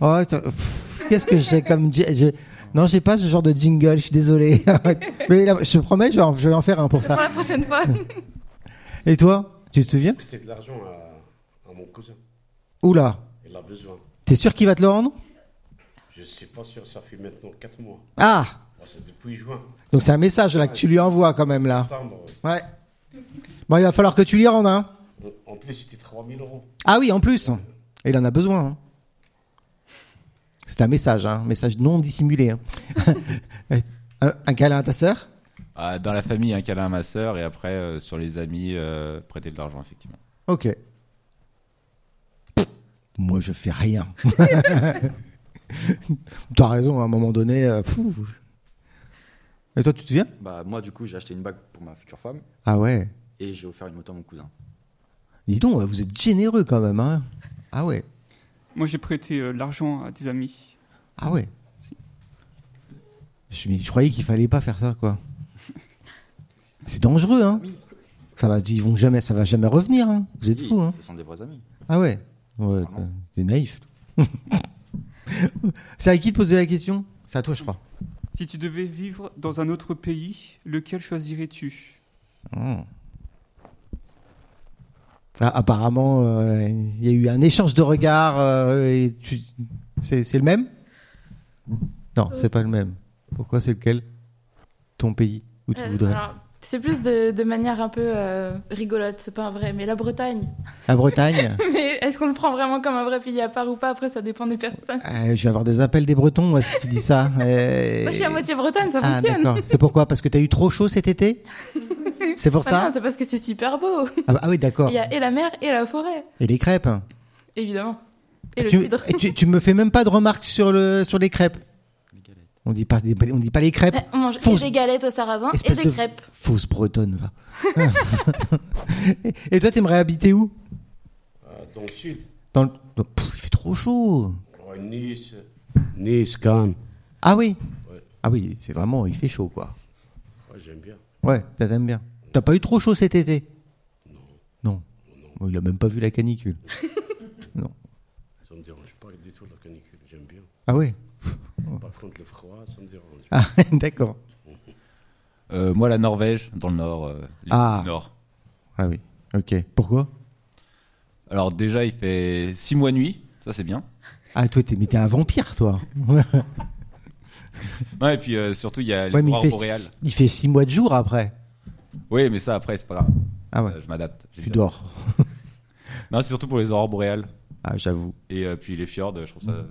[SPEAKER 3] Oh, ça- pff, Qu'est-ce que j'ai comme. ji- j'ai- Non, j'ai pas ce genre de jingle, je suis désolé. *laughs* Mais là, je te promets, je vais en- je vais en faire un pour
[SPEAKER 2] Pour
[SPEAKER 3] ça.
[SPEAKER 2] la prochaine fois.
[SPEAKER 3] *laughs* Et toi, tu te souviens
[SPEAKER 5] Prêter de l'argent à, à mon cousin.
[SPEAKER 3] Oula,
[SPEAKER 5] Il a besoin.
[SPEAKER 3] t'es sûr qu'il va te le rendre
[SPEAKER 5] Je ne sais pas sûr, ça fait maintenant 4 mois.
[SPEAKER 3] Ah
[SPEAKER 5] Bon, C'est depuis juin,
[SPEAKER 3] Donc c'est un message là que tu lui envoies quand même là.
[SPEAKER 5] septembre.
[SPEAKER 3] Ouais. Bon, il va falloir que tu lui rendes, hein.
[SPEAKER 5] En- En plus, c'était 3000 euros.
[SPEAKER 3] Ah oui, en plus. Et il en a besoin. hein. C'est un message, hein. Message non dissimulé. hein. *laughs* un, un câlin à ta sœur
[SPEAKER 8] Ah, dans la famille, un câlin à ma sœur et après euh, sur les amis, euh, prêter de l'argent, effectivement.
[SPEAKER 3] Ok. Moi, je fais rien. *laughs* T'as raison, à un moment donné. euh, fou. Et toi, tu te souviens
[SPEAKER 1] Bah, moi, du coup, j'ai acheté une bague pour ma future femme
[SPEAKER 3] Ah ouais.
[SPEAKER 1] et j'ai offert une moto à mon cousin.
[SPEAKER 3] Dis donc, vous êtes généreux quand même. Hein ah ouais.
[SPEAKER 7] Moi, j'ai prêté euh, de l'argent à des amis.
[SPEAKER 3] Ah ouais.
[SPEAKER 7] Si.
[SPEAKER 3] Je, me- je croyais qu'il fallait pas faire ça, quoi. C'est dangereux, hein. Ça va, ils vont jamais, ça va jamais revenir. hein. Vous êtes
[SPEAKER 1] Oui,
[SPEAKER 3] fous, hein.
[SPEAKER 1] Ce sont des vrais amis.
[SPEAKER 3] Ah ouais. Ouais,
[SPEAKER 1] Ah non.
[SPEAKER 3] t'es t'es naïf. *laughs* C'est à qui de poser la question C'est à toi, je crois.
[SPEAKER 7] Si tu devais vivre dans un autre pays, lequel choisirais-tu
[SPEAKER 3] Hmm. Ah, apparemment, euh, il y a eu un échange de regards. euh, et tu- c'est, c'est le même Non, c'est pas le même. Pourquoi c'est lequel Ton pays où tu
[SPEAKER 2] Euh,
[SPEAKER 3] voudrais
[SPEAKER 2] alors, C'est plus de, de manière un peu euh, rigolote, c'est pas un vrai, mais la Bretagne. *laughs*
[SPEAKER 3] La Bretagne
[SPEAKER 2] Mais est-ce qu'on le prend vraiment comme un vrai pays à part ou pas Après, ça dépend des personnes.
[SPEAKER 3] Euh, Je vais avoir des appels des Bretons, moi, si tu dis ça. Euh,
[SPEAKER 2] Moi, je suis à moitié bretonne, ça
[SPEAKER 3] Ah,
[SPEAKER 2] fonctionne.
[SPEAKER 3] d'accord. C'est pourquoi Parce que t'as eu trop chaud
[SPEAKER 2] *laughs*
[SPEAKER 3] cet été C'est pour
[SPEAKER 2] Ah
[SPEAKER 3] ça
[SPEAKER 2] non, c'est parce que c'est super beau.
[SPEAKER 3] ah, bah- ah oui, d'accord.
[SPEAKER 2] Il y a et la mer et la forêt,
[SPEAKER 3] Et les crêpes
[SPEAKER 2] évidemment. Et le
[SPEAKER 3] tu,
[SPEAKER 2] cidre.
[SPEAKER 3] et tu, tu me fais même pas de remarques sur, le, sur les crêpes. On dit pas, des- on dit pas les crêpes.
[SPEAKER 2] Eh, On mange et
[SPEAKER 3] Fonce.
[SPEAKER 2] des galettes au sarrasin et
[SPEAKER 3] Espèce
[SPEAKER 2] des
[SPEAKER 3] de
[SPEAKER 2] crêpes.
[SPEAKER 3] Fausse bretonne, va. *laughs* et toi, t'aimerais habiter où
[SPEAKER 5] Euh, dans le sud,
[SPEAKER 3] Dans le- dans- Pff, Il fait trop chaud.
[SPEAKER 5] Nice. Nice, Cannes.
[SPEAKER 3] Ah oui
[SPEAKER 5] Ouais.
[SPEAKER 3] Ah oui, c'est vraiment, il fait chaud, quoi.
[SPEAKER 5] Ouais, j'aime bien.
[SPEAKER 3] Ouais, t'as- t'aimes bien. T'as pas eu trop chaud cet été Non. Non. Il a même pas vu la canicule.
[SPEAKER 5] Ça me dérange pas du tout la canicule, j'aime bien.
[SPEAKER 3] Ah oui Mm.
[SPEAKER 5] Par contre, le froid, ça me dérange.
[SPEAKER 3] Ah, *laughs* d'accord.
[SPEAKER 8] Euh, moi, la Norvège, dans le nord. euh, l'île
[SPEAKER 3] Ah.
[SPEAKER 8] du Nord.
[SPEAKER 3] Ah oui. Ok. Pourquoi
[SPEAKER 8] Alors, déjà, il fait 6 mois nuit. Ça, c'est bien.
[SPEAKER 3] Ah, toi, t'es, mais t'es un vampire, *laughs* toi.
[SPEAKER 8] Non, et puis euh, surtout, il y a les
[SPEAKER 3] Ouais, mais il
[SPEAKER 8] aurores
[SPEAKER 3] fait,
[SPEAKER 8] boréales.
[SPEAKER 3] six- il fait six mois de jour après.
[SPEAKER 8] Oui, mais ça, après, c'est pas grave.
[SPEAKER 3] Ah ouais.
[SPEAKER 8] Euh, je m'adapte. J'ai
[SPEAKER 3] Tu
[SPEAKER 8] bien-
[SPEAKER 3] dors.
[SPEAKER 8] Non, c'est surtout pour les aurores boréales.
[SPEAKER 3] Ah, j'avoue.
[SPEAKER 8] Et euh, puis les fjords, je trouve ça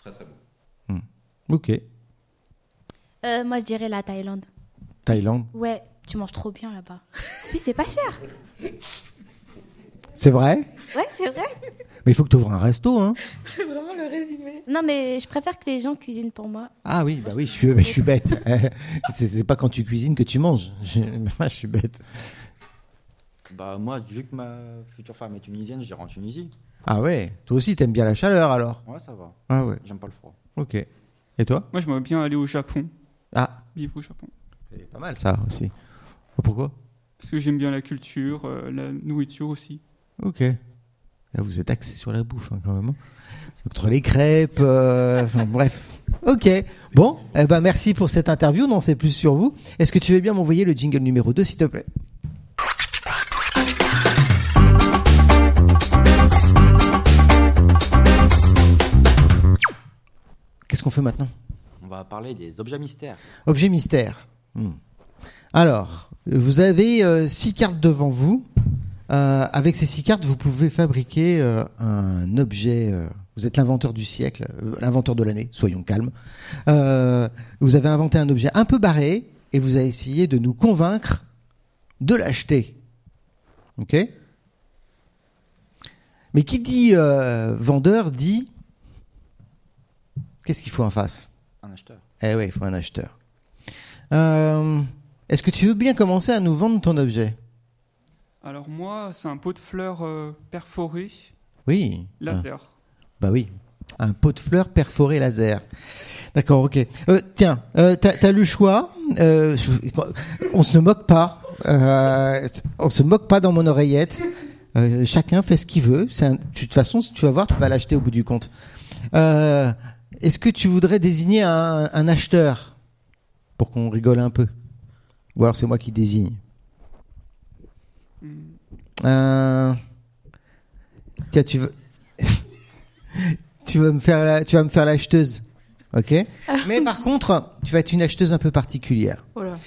[SPEAKER 8] très très beau.
[SPEAKER 3] Ok.
[SPEAKER 6] Euh, moi, je dirais la Thaïlande.
[SPEAKER 3] Thaïlande.
[SPEAKER 6] Ouais, tu manges trop bien là-bas. Puis c'est pas cher.
[SPEAKER 3] C'est vrai
[SPEAKER 6] Ouais, c'est vrai.
[SPEAKER 3] Mais il faut que tu ouvres un resto, hein
[SPEAKER 2] C'est vraiment le résumé.
[SPEAKER 6] Non, mais je préfère que les gens cuisinent pour moi.
[SPEAKER 3] Ah oui, bah oui, je suis, je suis bête. *laughs* Euh, c'est, c'est pas quand tu cuisines que tu manges. Je, *laughs* je suis bête.
[SPEAKER 1] Bah, moi, vu que ma future femme est tunisienne, je dirais en Tunisie.
[SPEAKER 3] Ah ouais, toi aussi, t'aimes bien la chaleur alors
[SPEAKER 1] Ouais, ça va.
[SPEAKER 3] Ah ouais,
[SPEAKER 1] J'aime pas le froid.
[SPEAKER 3] ok. Et toi
[SPEAKER 7] Moi, j'aimerais bien aller au Japon,
[SPEAKER 3] Ah,
[SPEAKER 7] vivre au Japon.
[SPEAKER 3] c'est pas mal ça aussi. Pourquoi
[SPEAKER 7] Parce que j'aime bien la culture, euh, la nourriture aussi.
[SPEAKER 3] Ok. Là, vous êtes axé sur la bouffe hein, quand même. hein. Entre les crêpes, euh, enfin, bref. Ok. Bon, eh ben merci pour cette interview. Non, c'est plus sur vous. Est-ce que tu veux bien m'envoyer le jingle numéro 2, s'il te plaît Qu'est-ce qu'on fait maintenant
[SPEAKER 1] On va parler des objets mystères.
[SPEAKER 3] Objet mystère. Hmm. Alors, vous avez euh, six cartes devant vous. Euh, avec ces six cartes, vous pouvez fabriquer euh, un objet. euh, vous êtes l'inventeur du siècle, euh, l'inventeur de l'année, soyons calmes. Euh, vous avez inventé un objet un peu barré et vous avez essayé de nous convaincre de l'acheter. Ok Mais qui dit euh, vendeur dit. Qu'est-ce qu'il faut en face
[SPEAKER 1] Un acheteur.
[SPEAKER 3] eh oui, il faut un acheteur. Euh, Est-ce que tu veux bien commencer à nous vendre ton objet
[SPEAKER 7] Alors moi, c'est un pot de fleurs euh, perforé,
[SPEAKER 3] Oui. Ah,
[SPEAKER 7] laser.
[SPEAKER 3] bah oui. Un pot de fleurs perforé laser. D'accord, ok. Euh, tiens, euh, t'as t'as le choix. Euh, on se moque pas. Euh, on se moque pas dans mon oreillette. Euh, chacun fait ce qu'il veut. C'est un- tu- De toute façon, tu vas voir, tu vas l'acheter au bout du compte. Euh, Est-ce que tu voudrais désigner un, un acheteur pour qu'on rigole un peu Ou alors c'est moi qui désigne
[SPEAKER 7] Hmm.
[SPEAKER 3] Euh, Tiens, tu veux. *laughs* tu, vas me faire la... tu vas me faire l'acheteuse. Ok Mais par contre, tu vas être une acheteuse un peu particulière.
[SPEAKER 2] Oh là.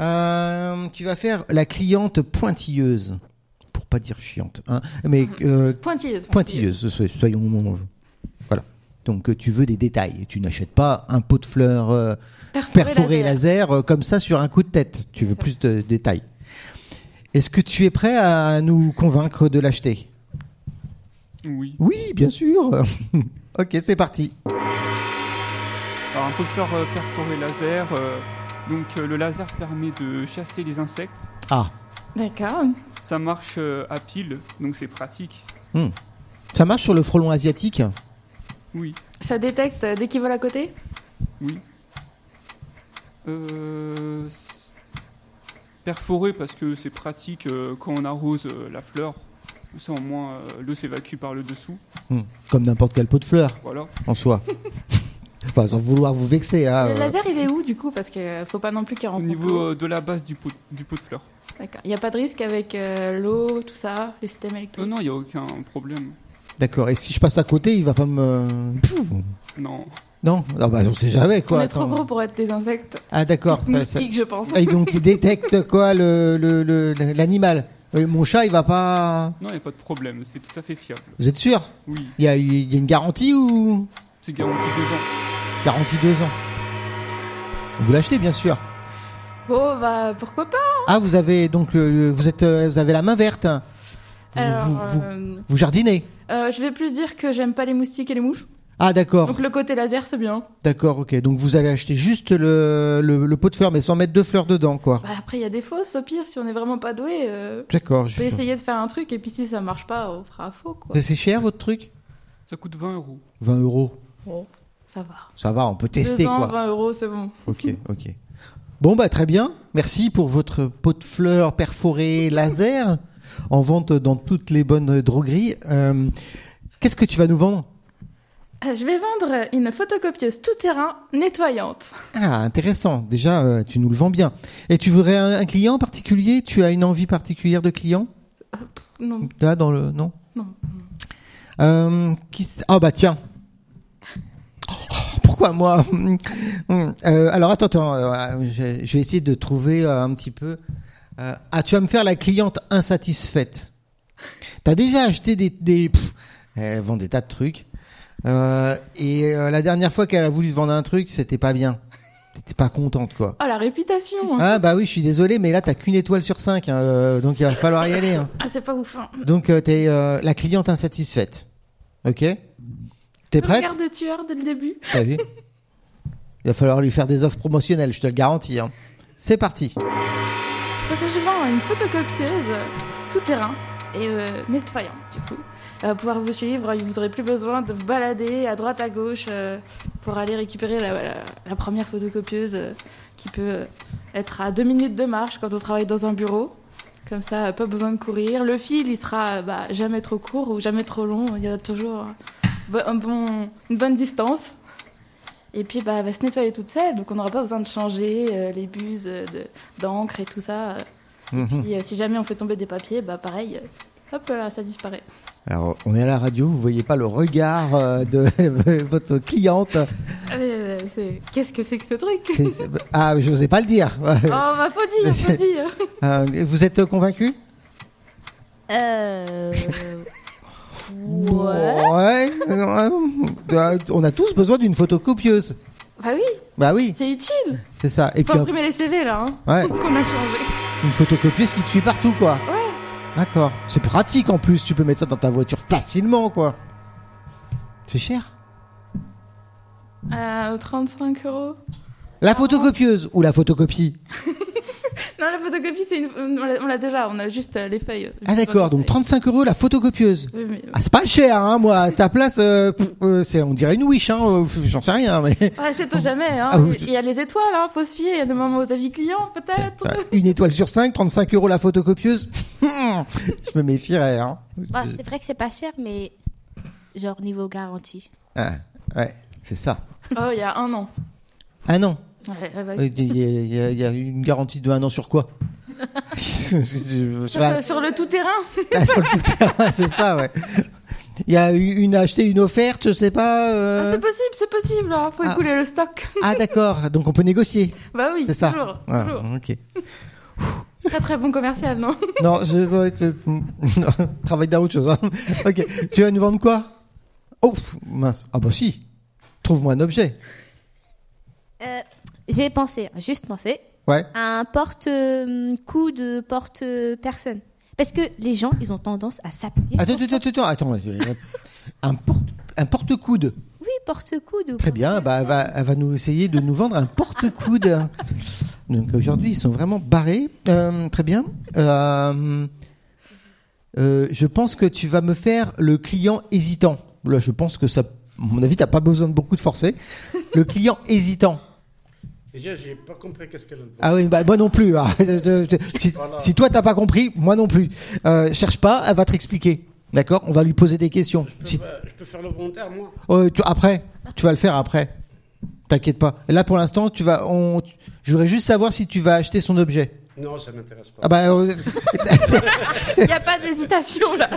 [SPEAKER 3] Euh, tu vas faire la cliente pointilleuse. Pour pas dire chiante. hein, mais euh,
[SPEAKER 2] Pointilleuse.
[SPEAKER 3] pointilleuse, so- soyons. Voilà. Donc euh, tu veux des détails. Tu n'achètes pas un pot de fleurs. euh,
[SPEAKER 2] Perforé,
[SPEAKER 3] perforé
[SPEAKER 2] laser.
[SPEAKER 3] laser euh, comme ça sur un coup de tête. Tu veux plus de détails. Est-ce que tu es prêt à nous convaincre de l'acheter
[SPEAKER 7] Oui.
[SPEAKER 3] Oui, bien sûr. *laughs* ok, c'est parti.
[SPEAKER 7] Alors un pot de fleurs euh, perforé laser. euh, donc euh, le laser permet de chasser les insectes.
[SPEAKER 3] Ah,
[SPEAKER 2] D'accord.
[SPEAKER 7] Ça marche euh, à pile, donc c'est pratique.
[SPEAKER 3] Ça marche sur le frelon asiatique
[SPEAKER 7] Oui.
[SPEAKER 2] Ça détecte euh, dès qu'ils volent à côté
[SPEAKER 7] Euh, s- perforer parce que c'est pratique euh, quand on arrose euh, la fleur. Ça au moins euh, l'eau s'évacue par le dessous.
[SPEAKER 3] Hmm. Comme n'importe quel pot de fleurs,
[SPEAKER 7] Voilà.
[SPEAKER 2] *laughs*
[SPEAKER 3] en soi. enfin, sans vouloir vous vexer. hein,
[SPEAKER 2] Le
[SPEAKER 3] euh.
[SPEAKER 2] laser, il est où du coup Parce qu'il faut pas non plus qu'il
[SPEAKER 7] Au
[SPEAKER 2] rencontre. l'eau.
[SPEAKER 7] niveau euh, de la base du pot, du pot de fleur.
[SPEAKER 2] D'accord. Il n'y a pas de risque avec euh, l'eau, tout ça, le système
[SPEAKER 7] Euh,
[SPEAKER 2] électrique
[SPEAKER 7] non, il n'y a aucun problème.
[SPEAKER 3] D'accord. Et si je passe à côté, il va
[SPEAKER 2] *laughs*
[SPEAKER 3] pas me. Pfff.
[SPEAKER 7] Non.
[SPEAKER 3] Non, non bah, on sait jamais
[SPEAKER 2] On
[SPEAKER 3] quoi.
[SPEAKER 2] est trop
[SPEAKER 3] attends.
[SPEAKER 2] gros pour être des insectes. *laughs*
[SPEAKER 3] Ah d'accord. ça- ça-
[SPEAKER 2] Moustiques, je pense.
[SPEAKER 3] Et donc il détecte quoi le le- le- l'animal. Euh, Mon chat, il va pas.
[SPEAKER 7] Non, il n'y a pas de problème. C'est tout à fait fiable.
[SPEAKER 3] Vous êtes sûr
[SPEAKER 7] Oui.
[SPEAKER 3] Il y, a il y a une garantie ou
[SPEAKER 7] C'est garanti deux ans.
[SPEAKER 3] Garantie deux ans. Vous l'achetez bien sûr.
[SPEAKER 2] Bon, bah pourquoi pas
[SPEAKER 3] Ah, vous avez donc le- le- vous êtes euh, vous avez la main verte. Vous, vous-
[SPEAKER 2] Alors,
[SPEAKER 3] vous-
[SPEAKER 2] euh,
[SPEAKER 3] vous jardinez.
[SPEAKER 2] euh, je vais plus dire que j'aime pas les moustiques et les mouches.
[SPEAKER 3] Ah d'accord,
[SPEAKER 2] Donc le côté laser, c'est bien.
[SPEAKER 3] d'accord, ok. Donc vous allez acheter juste le, le, le pot de fleurs, mais sans mettre de fleurs dedans, quoi.
[SPEAKER 2] Bah, après, il y a des fausses, au pire, si on est vraiment pas doué. euh,
[SPEAKER 3] D'accord.
[SPEAKER 2] on
[SPEAKER 3] je- *laughs*
[SPEAKER 2] peut essayer de faire un truc, et puis si ça marche pas, on fera un faux, quoi.
[SPEAKER 3] C'est cher votre truc
[SPEAKER 7] Ça coûte 20 euros.
[SPEAKER 3] 20 euros.
[SPEAKER 2] Bon, ça va.
[SPEAKER 3] Ça va, on peut tester,
[SPEAKER 2] Deux ans,
[SPEAKER 3] quoi.
[SPEAKER 2] 20 euros, c'est bon.
[SPEAKER 3] Ok, ok. Bon bah très bien. Merci pour votre pot de fleurs perforé laser en vente dans toutes les bonnes drogueries. Euh, Qu'est-ce que tu vas nous vendre
[SPEAKER 2] Euh, Je vais vendre une photocopieuse tout-terrain nettoyante.
[SPEAKER 3] Ah, intéressant. Déjà, euh, tu nous le vends bien. Et tu voudrais un, un client particulier Tu as une envie particulière de client
[SPEAKER 2] Non,
[SPEAKER 3] Là, dans le. Non
[SPEAKER 2] Non.
[SPEAKER 3] Euh, qui s- Ah, bah tiens. Oh, pourquoi moi *laughs* Hum, euh, Alors, attends, attends. euh, je, je vais essayer de trouver euh, un petit peu. Euh, ah, tu vas me faire la cliente insatisfaite. T'as déjà acheté des. des pff, elle vend des tas de trucs. Euh, et euh, la dernière fois qu'elle a voulu te vendre un truc, c'était pas bien. T'étais pas contente, quoi.
[SPEAKER 2] oh la réputation hein.
[SPEAKER 3] Ah bah oui, je suis désolé, mais là t'as qu'une étoile sur cinq, hein, euh, donc il va falloir y aller. hein.
[SPEAKER 2] Ah, c'est pas ouf. Hein.
[SPEAKER 3] Donc euh, t'es euh, la cliente insatisfaite, ok T'es prête
[SPEAKER 2] Regarde le tueur dès le début.
[SPEAKER 3] T'as vu Il va falloir lui faire des offres promotionnelles, je te le garantis. hein. C'est parti.
[SPEAKER 2] Donc je vends une photocopieuse euh, tout-terrain et euh, nettoyante, du coup. Euh, pouvoir vous suivre, vous aurez plus besoin de vous balader à droite, à gauche euh, pour aller récupérer la, la- la première photocopieuse euh, qui peut euh, être à deux minutes de marche quand on travaille dans un bureau. Comme ça, euh, pas besoin de courir. Le fil, il sera euh, bah, jamais trop court ou jamais trop long. Il y a toujours euh, un bon- une bonne distance. Et puis, bah, elle va se nettoyer toute seule, donc on n'aura pas besoin de changer euh, les buses euh, de, d'encre et tout ça. euh,
[SPEAKER 3] Mhm.
[SPEAKER 2] et euh, si jamais on fait tomber des papiers, bah pareil, euh, hop là, ça disparaît.
[SPEAKER 3] Alors on est à la radio, vous voyez pas le regard euh, de *laughs* votre cliente.
[SPEAKER 2] Allez, euh, c'est- Qu'est-ce que c'est que ce truc
[SPEAKER 3] C'est- c'est- Ah, je n'osais pas
[SPEAKER 2] *laughs*
[SPEAKER 3] le dire.
[SPEAKER 2] Oh, bah faut dire, faut
[SPEAKER 3] C'est-
[SPEAKER 2] dire
[SPEAKER 3] Euh, vous êtes convaincu
[SPEAKER 6] Euh. ouais.
[SPEAKER 3] Ouais. Euh, On a tous besoin d'une photocopieuse.
[SPEAKER 2] Bah oui,
[SPEAKER 3] Bah oui,
[SPEAKER 2] c'est utile
[SPEAKER 3] c'est ça. Et
[SPEAKER 2] Faut
[SPEAKER 3] puis un-
[SPEAKER 2] imprimer les CV là, hein,
[SPEAKER 3] Ouais.
[SPEAKER 2] qu'on a changé.
[SPEAKER 3] Une photocopieuse qui te suit partout, quoi.
[SPEAKER 2] Ouais,
[SPEAKER 3] D'accord. C'est pratique en plus, tu peux mettre ça dans ta voiture facilement, quoi. C'est cher.
[SPEAKER 2] euh, 35 euros.
[SPEAKER 3] La photocopieuse ou la photocopie
[SPEAKER 2] Non, la photocopie, c'est une... on l'a- on l'a déjà, on a juste euh, les feuilles.
[SPEAKER 3] Ah d'accord, donc 35 euros la photocopieuse.
[SPEAKER 2] Oui, mais- euh,
[SPEAKER 3] Ah c'est pas cher, hein, moi. À Ta place, euh, pff, euh, c'est, on dirait une wish, hein. euh, pff, J'en sais rien, mais
[SPEAKER 2] Ouais, c'est au jamais, hein.
[SPEAKER 3] Ah oui,
[SPEAKER 2] Il y a les étoiles, hein, faut se fier, il y a des moments aux avis clients, peut-être.
[SPEAKER 3] Ouais, *laughs* une étoile sur 5, 35 euros la photocopieuse. *laughs* Je me méfierais, hein.
[SPEAKER 6] Bah, c'est vrai que c'est pas cher, mais. Genre niveau garantie.
[SPEAKER 3] Ah, ouais, c'est ça.
[SPEAKER 2] Oh, il y a un an.
[SPEAKER 3] Ah non,
[SPEAKER 2] Ouais, ouais, ouais.
[SPEAKER 3] il y, a- il y a- il y a une garantie de un an sur quoi *laughs* Sur
[SPEAKER 2] Sur,
[SPEAKER 3] la-
[SPEAKER 2] le- sur le tout-terrain
[SPEAKER 3] *laughs* Ah, sur le tout-terrain, c'est ça, ouais. Il y a eu une achetée, une offerte, je sais pas. euh.
[SPEAKER 2] Ah, c'est possible, c'est possible, là. faut
[SPEAKER 3] Ah.
[SPEAKER 2] écouler le stock.
[SPEAKER 3] Ah, d'accord, donc on peut négocier,
[SPEAKER 2] Bah oui,
[SPEAKER 3] c'est ça.
[SPEAKER 2] toujours,
[SPEAKER 3] Ouais,
[SPEAKER 2] toujours.
[SPEAKER 3] ok.
[SPEAKER 2] Très très bon commercial, non *laughs*
[SPEAKER 3] Non, je *laughs* ouais, je- non, travaille dans autre chose. hein. Ok, tu vas nous vendre quoi Oh mince, ah bah si. Trouve-moi un objet.
[SPEAKER 6] Euh, J'ai pensé, juste pensé,
[SPEAKER 3] Ouais.
[SPEAKER 6] à un porte-coup de porte-personne. Parce que les gens, ils ont tendance à s'appuyer.
[SPEAKER 3] Attends,
[SPEAKER 6] sur
[SPEAKER 3] attends, attends, attends. attends, euh, Un porte, un porte-coude.
[SPEAKER 6] Oui, porte-coude. ou
[SPEAKER 3] bah, Très bien, bah, elle, va, elle va nous essayer de nous vendre un porte-coude. Donc aujourd'hui, ils sont vraiment barrés. Euh, très bien. Euh, euh, je pense que tu vas me faire le client hésitant. Là, je pense que ça, à mon avis, t'as pas besoin de beaucoup de forcer. Le client hésitant.
[SPEAKER 5] Déjà, j'ai pas compris qu'est-ce qu'elle a dit.
[SPEAKER 3] Ah oui, bah, moi non plus. Ah, je- *laughs* je- je- si,
[SPEAKER 5] Voilà.
[SPEAKER 3] si toi t'as pas compris, moi non plus. Euh, cherche pas, elle va te réexpliquer. D'accord On va lui poser des questions.
[SPEAKER 5] Je peux,
[SPEAKER 3] Si-
[SPEAKER 5] pas- je peux faire le volontaire, moi
[SPEAKER 3] Euh, tu- après, tu vas le faire après. T'inquiète pas. Là pour l'instant, tu vas. On, tu- je voudrais juste savoir si tu vas acheter son objet.
[SPEAKER 5] Non, ça m'intéresse pas.
[SPEAKER 3] Ah bah, euh,
[SPEAKER 2] Il n'y a pas d'hésitation là.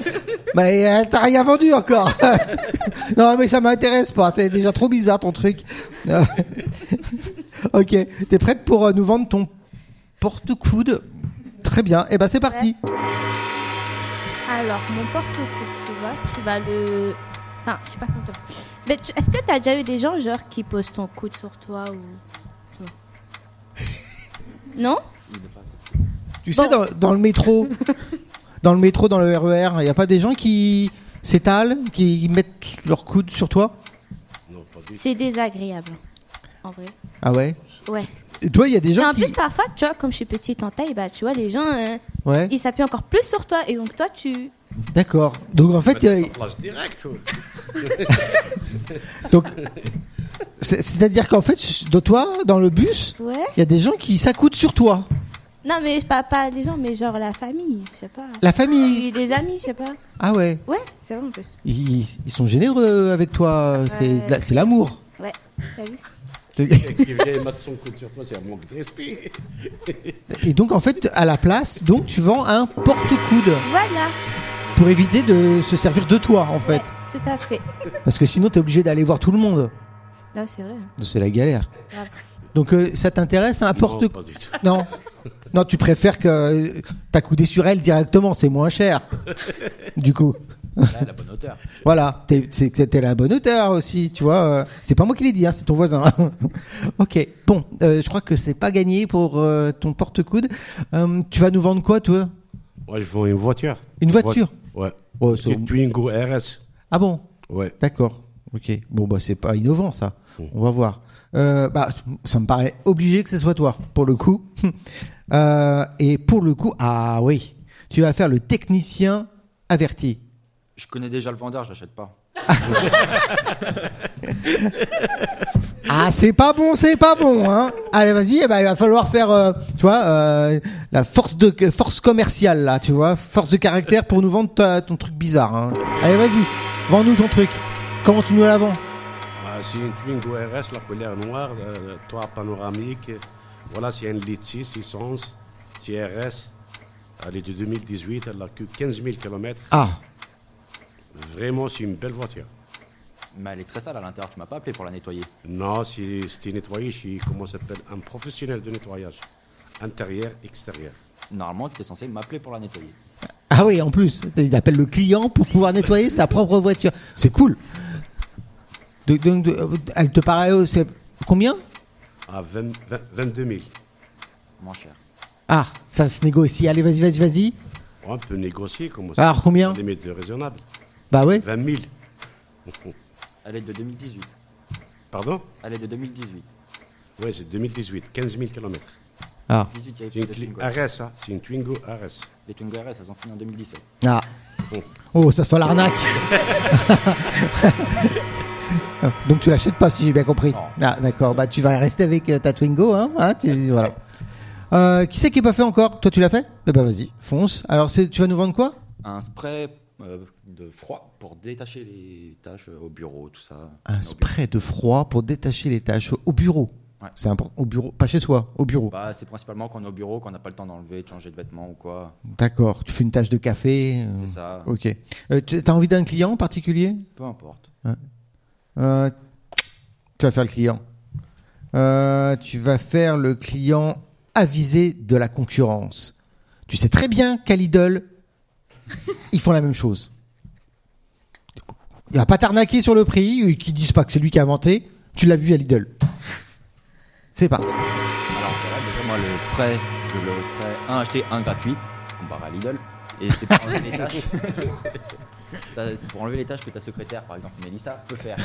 [SPEAKER 3] bah euh, t'as rien vendu encore. *laughs* non mais ça m'intéresse pas. C'est déjà trop bizarre ton truc. *laughs* Euh, ok. T'es prête pour euh, nous vendre ton porte-coude Très bien. Eh ben c'est parti.
[SPEAKER 6] Alors, mon porte-coupe, tu vois, tu vas le. Enfin, je sais pas comment. te- Mais tu- est-ce que t'as déjà eu des gens, genre, qui posent ton coude sur toi ou. Non
[SPEAKER 3] Tu sais dans, dans le métro, dans le métro, dans le RER, il y a pas des gens qui s'étalent, qui mettent leur coude sur toi
[SPEAKER 5] Non, pas du tout.
[SPEAKER 6] C'est désagréable. En vrai.
[SPEAKER 3] Ah ouais.
[SPEAKER 6] Ouais.
[SPEAKER 3] Et toi, il y a des
[SPEAKER 6] Et
[SPEAKER 3] gens
[SPEAKER 6] en
[SPEAKER 3] qui.
[SPEAKER 6] plus, parfois, tu vois, comme je suis petite en taille, bah, tu vois, les gens, euh,
[SPEAKER 3] Ouais.
[SPEAKER 6] ils s'appuient encore plus sur toi. Et donc, toi, tu.
[SPEAKER 3] D'accord. Donc en fait, euh,
[SPEAKER 5] Mettre en place direct.
[SPEAKER 3] *laughs*
[SPEAKER 5] ouais.
[SPEAKER 3] euh, donc c'est- c'est-à-dire qu'en fait, de toi, dans le bus,
[SPEAKER 6] Ouais.
[SPEAKER 3] il y a des gens qui s'accoudent sur toi,
[SPEAKER 6] Non, mais pas, pas les gens, mais genre la famille, je sais pas.
[SPEAKER 3] la famille.
[SPEAKER 6] Puis Des amis, je sais pas.
[SPEAKER 3] Ah ouais.
[SPEAKER 6] Ouais, c'est vrai en plus.
[SPEAKER 3] Ils, ils sont généreux euh, avec toi. C'est
[SPEAKER 6] Ouais.
[SPEAKER 3] de la- c'est l'amour.
[SPEAKER 6] Ouais, t'as vu
[SPEAKER 5] Et qui vient mettre son coude sur toi, c'est un manque de respect.
[SPEAKER 3] Et donc en fait, à la place, donc tu vends un porte-coude
[SPEAKER 6] Voilà.
[SPEAKER 3] pour éviter de se servir de toi en fait,
[SPEAKER 6] Ouais, tout à fait.
[SPEAKER 3] parce que sinon t'es obligé d'aller voir tout le monde.
[SPEAKER 6] Non, c'est vrai. hein.
[SPEAKER 3] C'est la galère.
[SPEAKER 6] Grave.
[SPEAKER 3] Donc euh, ça t'intéresse un
[SPEAKER 5] Non,
[SPEAKER 3] porte-coude
[SPEAKER 5] pas du tout.
[SPEAKER 3] Non. Non, tu préfères que euh, t'accouder sur elle directement, c'est moins cher. Du coup,
[SPEAKER 1] Là, la bonne hauteur.
[SPEAKER 3] voilà, t'es c'est que t'es la bonne hauteur aussi, tu vois. euh, C'est pas moi qui l'ai dit, hein, c'est ton voisin. *laughs* ok, bon, euh, je crois que c'est pas gagné pour euh, ton porte-coude. Euh, tu vas nous vendre quoi, toi
[SPEAKER 5] Moi, je vends une voiture.
[SPEAKER 3] Une voiture
[SPEAKER 5] Ouais.
[SPEAKER 3] Oh, c'est-
[SPEAKER 5] C'est Twingo RS.
[SPEAKER 3] Ah bon
[SPEAKER 5] Ouais.
[SPEAKER 3] D'accord. Ok. Bon, bah, c'est pas innovant, ça.
[SPEAKER 5] Mm.
[SPEAKER 3] On va voir. Euh, bah, ça me paraît obligé que ce soit toi, pour le coup. *laughs* Euh, et pour le coup, ah oui, tu vas faire le technicien averti.
[SPEAKER 1] Je connais déjà le vendeur, je l'achète pas.
[SPEAKER 3] Ah, c'est pas bon, c'est pas bon, hein. Allez, vas-y, eh ben, il va falloir faire, euh, tu vois, euh, la force de force commerciale là, tu vois, force de caractère pour nous vendre ta- ton truc bizarre. Hein. Allez, vas-y, vends-nous ton truc. Comment tu nous la vends
[SPEAKER 5] Ah, c'est une Twingo RS, la couleur noire, euh, toit panoramique. Voilà, c'est un litre 6, essence, c'est RS. Elle est de 2018, elle a que 15 000 km.
[SPEAKER 3] Ah,
[SPEAKER 5] Vraiment, c'est une belle voiture.
[SPEAKER 1] Mais elle est très sale à l'intérieur, tu m'as pas appelé pour la nettoyer.
[SPEAKER 5] Non, c'est- c'était nettoyé chez, comment ça s'appelle, un professionnel de nettoyage. Intérieur, extérieur.
[SPEAKER 1] Normalement, tu étais censé m'appeler pour la nettoyer.
[SPEAKER 3] Ah oui, en plus, il appelle le client pour pouvoir nettoyer sa propre voiture. C'est cool. Donc, donc, euh, elle te paraît, euh, c'est combien
[SPEAKER 5] À 20 20 22 000.
[SPEAKER 1] Moins cher.
[SPEAKER 3] Ah, ça se négocie. Allez, vas-y, vas-y, vas-y.
[SPEAKER 5] Oh, On peut négocier, comment ça
[SPEAKER 3] Alors Ah, combien
[SPEAKER 5] La limite de raisonnable.
[SPEAKER 3] Bah ouais.
[SPEAKER 5] 20 000.
[SPEAKER 1] Elle est de 2018.
[SPEAKER 5] Pardon
[SPEAKER 1] Elle est de 2018.
[SPEAKER 5] Oui, c'est 2018, 15 000 km.
[SPEAKER 3] Ah,
[SPEAKER 1] 18 il y avait
[SPEAKER 5] C'est une
[SPEAKER 1] plus de
[SPEAKER 5] clé
[SPEAKER 1] Twingo.
[SPEAKER 5] RS, hein. c'est une Twingo RS.
[SPEAKER 1] Les Twingo RS, elles ont fini en 2017.
[SPEAKER 3] ah. Oh, ça sent *laughs* l'arnaque. donc tu l'achètes pas, si j'ai bien compris.
[SPEAKER 1] Non.
[SPEAKER 3] Ah, d'accord. Bah tu vas rester avec euh, ta Twingo, hein, hein, tu- Voilà. Euh, qui c'est qui est pas fait encore Toi, tu l'as fait Eh ben vas-y, fonce. Alors, c'est- tu vas nous vendre quoi
[SPEAKER 1] Un spray euh, de froid pour détacher les tâches au bureau, tout ça.
[SPEAKER 3] Un
[SPEAKER 1] Au
[SPEAKER 3] spray de froid pour détacher les tâches au bureau.
[SPEAKER 1] Ouais.
[SPEAKER 3] C'est important. Au bureau, pas chez soi, au
[SPEAKER 1] bureau.
[SPEAKER 3] bureau.
[SPEAKER 1] Bah, c'est principalement quand on est au bureau, qu'on n'a pas le temps d'enlever, de changer de vêtements ou quoi.
[SPEAKER 3] D'accord. Tu fais une tâche de café. euh,
[SPEAKER 1] C'est ça.
[SPEAKER 3] Ok. Euh, tu as envie d'un client en particulier
[SPEAKER 1] Peu importe.
[SPEAKER 3] Euh, Tu vas faire le client. Euh, tu vas faire le client avisé de la concurrence. Tu sais très bien qu'à Lidl, ils font la même chose. Il va pas t'arnaquer sur le prix, euh, qu'ils disent pas que c'est lui qui a inventé. Tu l'as vu à Lidl. C'est parti.
[SPEAKER 1] Alors voilà, déjà moi le spray, je le ferais un acheté, un gratuit, comparé à Lidl. Et c'est pour enlever les
[SPEAKER 3] *laughs*
[SPEAKER 1] tâches. Ça, c'est pour enlever les tâches que ta secrétaire, par exemple Mélissa, peut faire.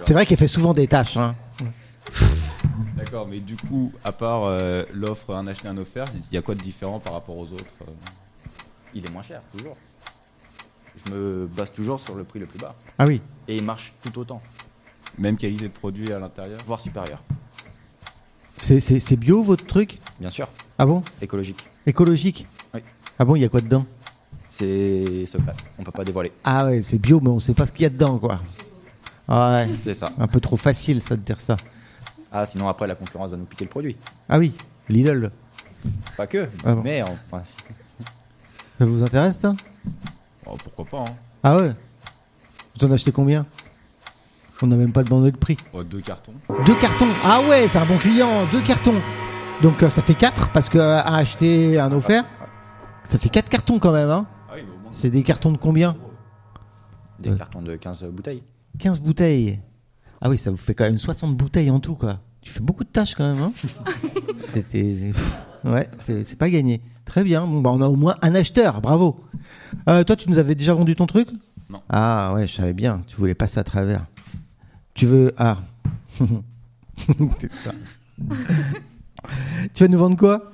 [SPEAKER 3] C'est vrai qu'elle fait souvent des tâches. Hein.
[SPEAKER 8] D'accord, mais du coup, à part euh, l'offre un acheté, un offert, il y a quoi de différent par rapport aux autres euh
[SPEAKER 1] Il est moins cher, toujours. Je me base toujours sur le prix le plus bas.
[SPEAKER 3] Ah oui.
[SPEAKER 1] Et il marche tout autant,
[SPEAKER 8] Même qualité de produit à l'intérieur
[SPEAKER 1] voire supérieur.
[SPEAKER 3] C'est- C'est c'est bio votre truc
[SPEAKER 1] Bien sûr,
[SPEAKER 3] Ah bon
[SPEAKER 1] écologique.
[SPEAKER 3] Écologique
[SPEAKER 1] Oui.
[SPEAKER 3] Ah bon, il y a quoi dedans
[SPEAKER 1] C'est secret, on peut pas dévoiler.
[SPEAKER 3] Ah ouais, c'est bio, mais on sait pas ce qu'il y a dedans, quoi. Ah ouais,
[SPEAKER 1] C'est ça.
[SPEAKER 3] un peu trop facile, ça, de dire ça.
[SPEAKER 1] Ah, sinon après la concurrence va nous piquer le produit.
[SPEAKER 3] Ah oui, Lidl,
[SPEAKER 1] Pas que,
[SPEAKER 3] Ah bon.
[SPEAKER 1] mais en principe.
[SPEAKER 3] ça vous intéresse, ça
[SPEAKER 8] Oh, Pourquoi pas hein
[SPEAKER 3] Ah ouais Vous en achetez combien On n'a même pas demandé le prix.
[SPEAKER 8] Oh, Deux cartons.
[SPEAKER 3] Deux cartons. Ah ouais, c'est un bon client. Deux cartons. Donc euh, ça fait quatre parce que euh, à acheter un offert, ça fait quatre cartons quand même. Hein.
[SPEAKER 8] Ah oui, mais au moins,
[SPEAKER 3] C'est des cartons de combien
[SPEAKER 1] Des
[SPEAKER 3] Ouais.
[SPEAKER 1] cartons de 15 bouteilles.
[SPEAKER 3] 15 bouteilles. Ah oui, ça vous fait quand même 60 bouteilles en tout quoi. Tu fais beaucoup de tâches quand même. Hein. C'était c'est- pff, ouais, c'est c'est pas gagné. Très bien. Bon bah on a au moins un acheteur. Bravo. Euh, toi, tu nous avais déjà vendu ton truc
[SPEAKER 8] Non.
[SPEAKER 3] Ah ouais, je savais bien. Tu voulais passer à travers. Tu veux ah. *laughs* T'es ça. tu vas nous vendre quoi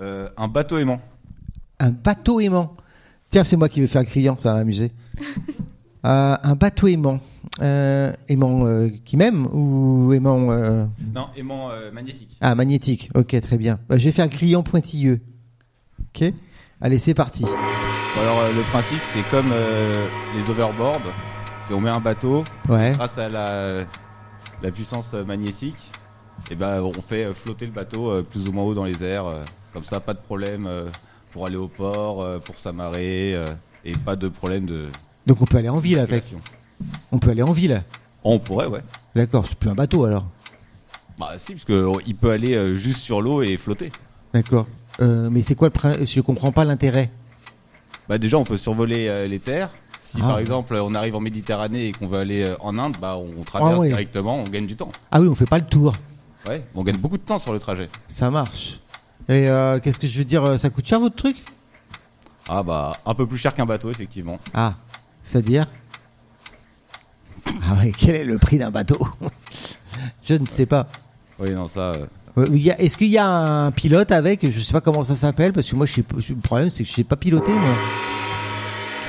[SPEAKER 8] Euh, un bateau aimant.
[SPEAKER 3] Un bateau aimant. Tiens, c'est moi qui vais faire le client, ça va m'amuser. Euh, un bateau aimant. Euh, aimant euh, qui m'aime ou aimant. euh,
[SPEAKER 8] Non, aimant euh, magnétique.
[SPEAKER 3] Ah, magnétique. Ok, très bien. Bah, je vais faire le client pointilleux. Ok Allez, c'est parti.
[SPEAKER 8] Bon, alors, euh, le principe, c'est comme euh, les overboards. C'est on met un bateau,
[SPEAKER 3] Ouais.
[SPEAKER 8] grâce à la, la puissance euh, magnétique, et ben, on fait euh, flotter le bateau euh, plus ou moins haut dans les airs. euh, Comme ça, pas de problème euh, pour aller au port, euh, pour s'amarrer, euh, et pas de problème de
[SPEAKER 3] Donc on peut aller en ville avec.
[SPEAKER 8] circulation.
[SPEAKER 3] On peut aller en ville.
[SPEAKER 8] On pourrait, ouais.
[SPEAKER 3] D'accord, c'est plus un bateau alors.
[SPEAKER 8] Bah si, parce que euh, il peut aller euh, juste sur l'eau et flotter.
[SPEAKER 3] D'accord. Euh, mais c'est quoi le prin- Je comprends pas l'intérêt.
[SPEAKER 8] Bah déjà, on peut survoler euh, les terres. Si
[SPEAKER 3] Ah.
[SPEAKER 8] par exemple on arrive en Méditerranée et qu'on veut aller euh, en Inde, bah on traverse
[SPEAKER 3] Ah ouais.
[SPEAKER 8] directement, on gagne du temps.
[SPEAKER 3] Ah oui, on fait pas le tour.
[SPEAKER 8] Ouais, on gagne beaucoup de temps sur le trajet.
[SPEAKER 3] Ça marche. Et euh, qu'est-ce que je veux dire euh, Ça coûte cher votre truc
[SPEAKER 8] Ah bah un peu plus cher qu'un bateau effectivement.
[SPEAKER 3] Ah, c'est-à-dire Ah ouais, quel est le prix d'un bateau *laughs* Je ne sais pas.
[SPEAKER 8] Oui non ça. euh,
[SPEAKER 3] Euh, il y a- Est-ce qu'il y a un pilote avec Je ne sais pas comment ça s'appelle parce que moi, je sais, pas- le problème c'est que je sais pas piloter moi.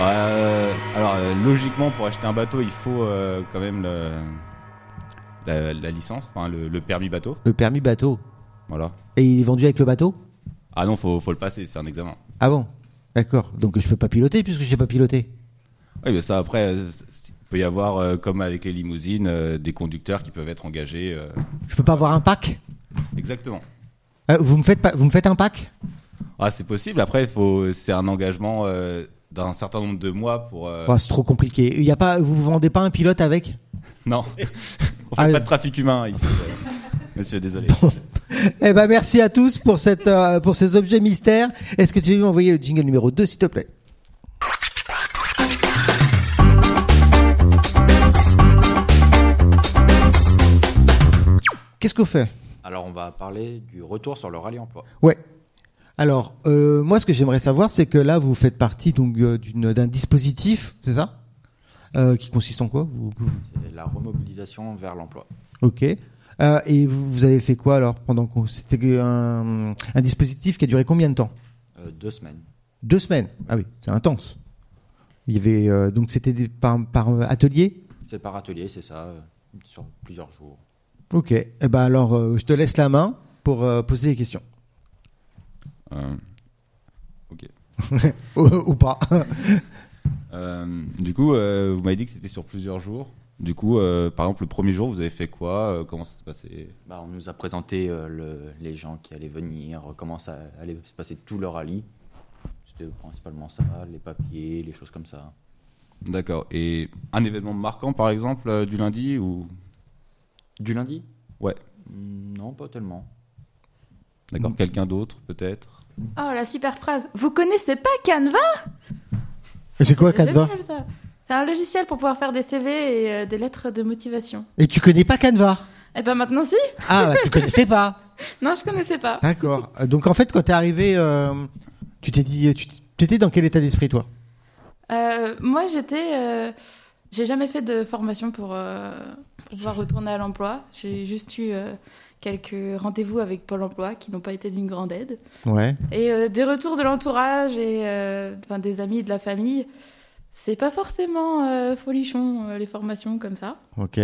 [SPEAKER 8] Euh, alors euh, logiquement pour acheter un bateau il faut euh, quand même le- la, la licence, enfin le, le permis bateau.
[SPEAKER 3] Le permis bateau.
[SPEAKER 8] Voilà.
[SPEAKER 3] Et il est vendu avec le bateau
[SPEAKER 8] Ah non faut, faut le passer, c'est un examen.
[SPEAKER 3] Ah bon D'accord. Donc je peux pas piloter puisque je sais pas piloter.
[SPEAKER 8] Oui mais ça après euh, c- c- il peut y avoir euh, comme avec les limousines euh, des conducteurs qui peuvent être engagés. euh,
[SPEAKER 3] Je peux pas avoir un pack
[SPEAKER 8] exactement.
[SPEAKER 3] Euh, Vous me faites pas- vous me faites un pack
[SPEAKER 8] Ah c'est possible. Après faut c'est un engagement euh, d'un certain nombre de mois pour. euh,
[SPEAKER 3] Oh, C'est trop compliqué. Il y a pas vous vendez pas un pilote avec
[SPEAKER 8] *laughs* Non. *laughs* On fait
[SPEAKER 3] Ah,
[SPEAKER 8] pas de trafic humain ici. euh, Monsieur désolé.
[SPEAKER 3] Eh ben merci à tous pour cette euh, pour ces objets mystères. Est-ce que tu veux m'envoyer le jingle numéro 2 s'il te plaît Qu'est-ce qu'on fait
[SPEAKER 1] Alors on va parler du retour sur le rallye emploi.
[SPEAKER 3] Ouais. Alors, euh, moi, ce que j'aimerais savoir, c'est que là, vous faites partie donc euh, d'une- d'un dispositif, c'est ça Euh, Qui consiste en quoi Vous- vous-
[SPEAKER 1] C'est la remobilisation vers l'emploi.
[SPEAKER 3] Ok. Euh, et vous, vous avez fait quoi alors pendant qu'on c'était un, un dispositif qui a duré combien de temps
[SPEAKER 1] Euh, deux semaines.
[SPEAKER 3] Deux semaines. Ah oui, c'est intense. Il y avait euh, donc c'était des- par, par atelier.
[SPEAKER 1] C'est par atelier, c'est ça, euh, sur plusieurs jours.
[SPEAKER 3] Ok. Eh ben alors, euh, je te laisse la main pour euh, poser des questions
[SPEAKER 8] Euh,
[SPEAKER 3] *laughs* ou, ou pas.
[SPEAKER 8] euh, du coup euh, vous m'avez dit que c'était sur plusieurs jours. Du coup euh, par exemple le premier jour vous avez fait quoi euh, Comment ça s'est passé
[SPEAKER 1] Bah, on nous a présenté euh, le- les gens qui allaient venir, euh, comment ça allait se passer tout le rallye. C'était principalement ça, les papiers, les choses comme ça.
[SPEAKER 8] D'accord. Et un événement marquant, par exemple, euh, du lundi ou
[SPEAKER 1] Du lundi
[SPEAKER 8] Ouais.
[SPEAKER 1] Mm, Non, pas tellement.
[SPEAKER 8] d'accord quelqu'un d'autre peut-être.
[SPEAKER 2] Oh, la super phrase. Vous connaissez pas Canva
[SPEAKER 3] C'est quoi
[SPEAKER 2] C'est
[SPEAKER 3] Canva
[SPEAKER 2] génial, ça. C'est un logiciel pour pouvoir faire des CV et euh, des lettres de motivation.
[SPEAKER 3] Et tu connais pas Canva
[SPEAKER 2] Et ben maintenant si
[SPEAKER 3] Ah, bah, tu connaissais pas.
[SPEAKER 2] Non, je connaissais pas.
[SPEAKER 3] D'accord. Euh, Donc en fait, quand t'es arrivé, euh, tu t'es dit, euh, tu t'étais dans quel état d'esprit toi
[SPEAKER 2] Euh, moi, j'étais. euh, j'ai jamais fait de formation pour, euh, pour pouvoir retourner à l'emploi. J'ai juste eu euh, quelques rendez-vous avec Pôle emploi qui n'ont pas été d'une grande aide.
[SPEAKER 3] Ouais.
[SPEAKER 2] Et euh, des retours de l'entourage et euh, enfin, des amis et de la famille, c'est pas forcément euh, folichon euh, les formations comme ça.
[SPEAKER 3] Ok.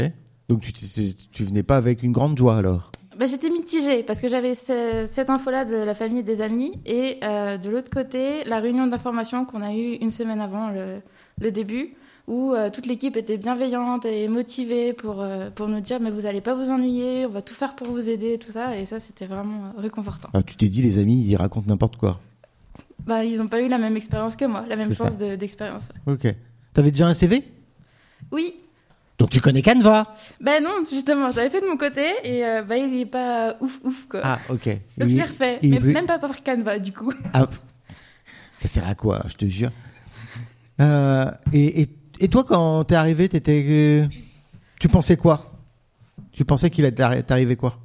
[SPEAKER 3] Donc tu, tu, tu venais pas avec une grande joie alors
[SPEAKER 2] Bah, J'étais mitigée parce que j'avais ce- cette info-là de la famille et des amis et euh, de l'autre côté, la réunion d'information qu'on a eue une semaine avant le, le début où euh, toute l'équipe était bienveillante et motivée pour, euh, pour nous dire mais vous allez pas vous ennuyer, on va tout faire pour vous aider et tout ça et ça c'était vraiment euh, réconfortant.
[SPEAKER 3] Ah, Tu t'es dit les amis ils racontent n'importe quoi.
[SPEAKER 2] Bah, ils n'ont pas eu la même expérience que moi, la même
[SPEAKER 3] C'est ça.
[SPEAKER 2] chance de- d'expérience. ouais.
[SPEAKER 3] Ok. T'avais déjà un CV
[SPEAKER 2] Oui,
[SPEAKER 3] Donc tu connais Canva
[SPEAKER 2] Ben non, justement, j'avais fait de mon côté et euh, bah, il est pas ouf ouf quoi.
[SPEAKER 3] Ah ok.
[SPEAKER 2] Donc
[SPEAKER 3] Il-
[SPEAKER 2] je l'ai refait,
[SPEAKER 3] il
[SPEAKER 2] mais
[SPEAKER 3] brûle-
[SPEAKER 2] même pas par Canva du coup.
[SPEAKER 3] Ah, pff. ça sert à quoi, je te jure. Euh, et, et- et toi, quand t'es arrivé, t'étais, euh, tu pensais quoi Tu pensais qu'il allait t'arri- t'arriver quoi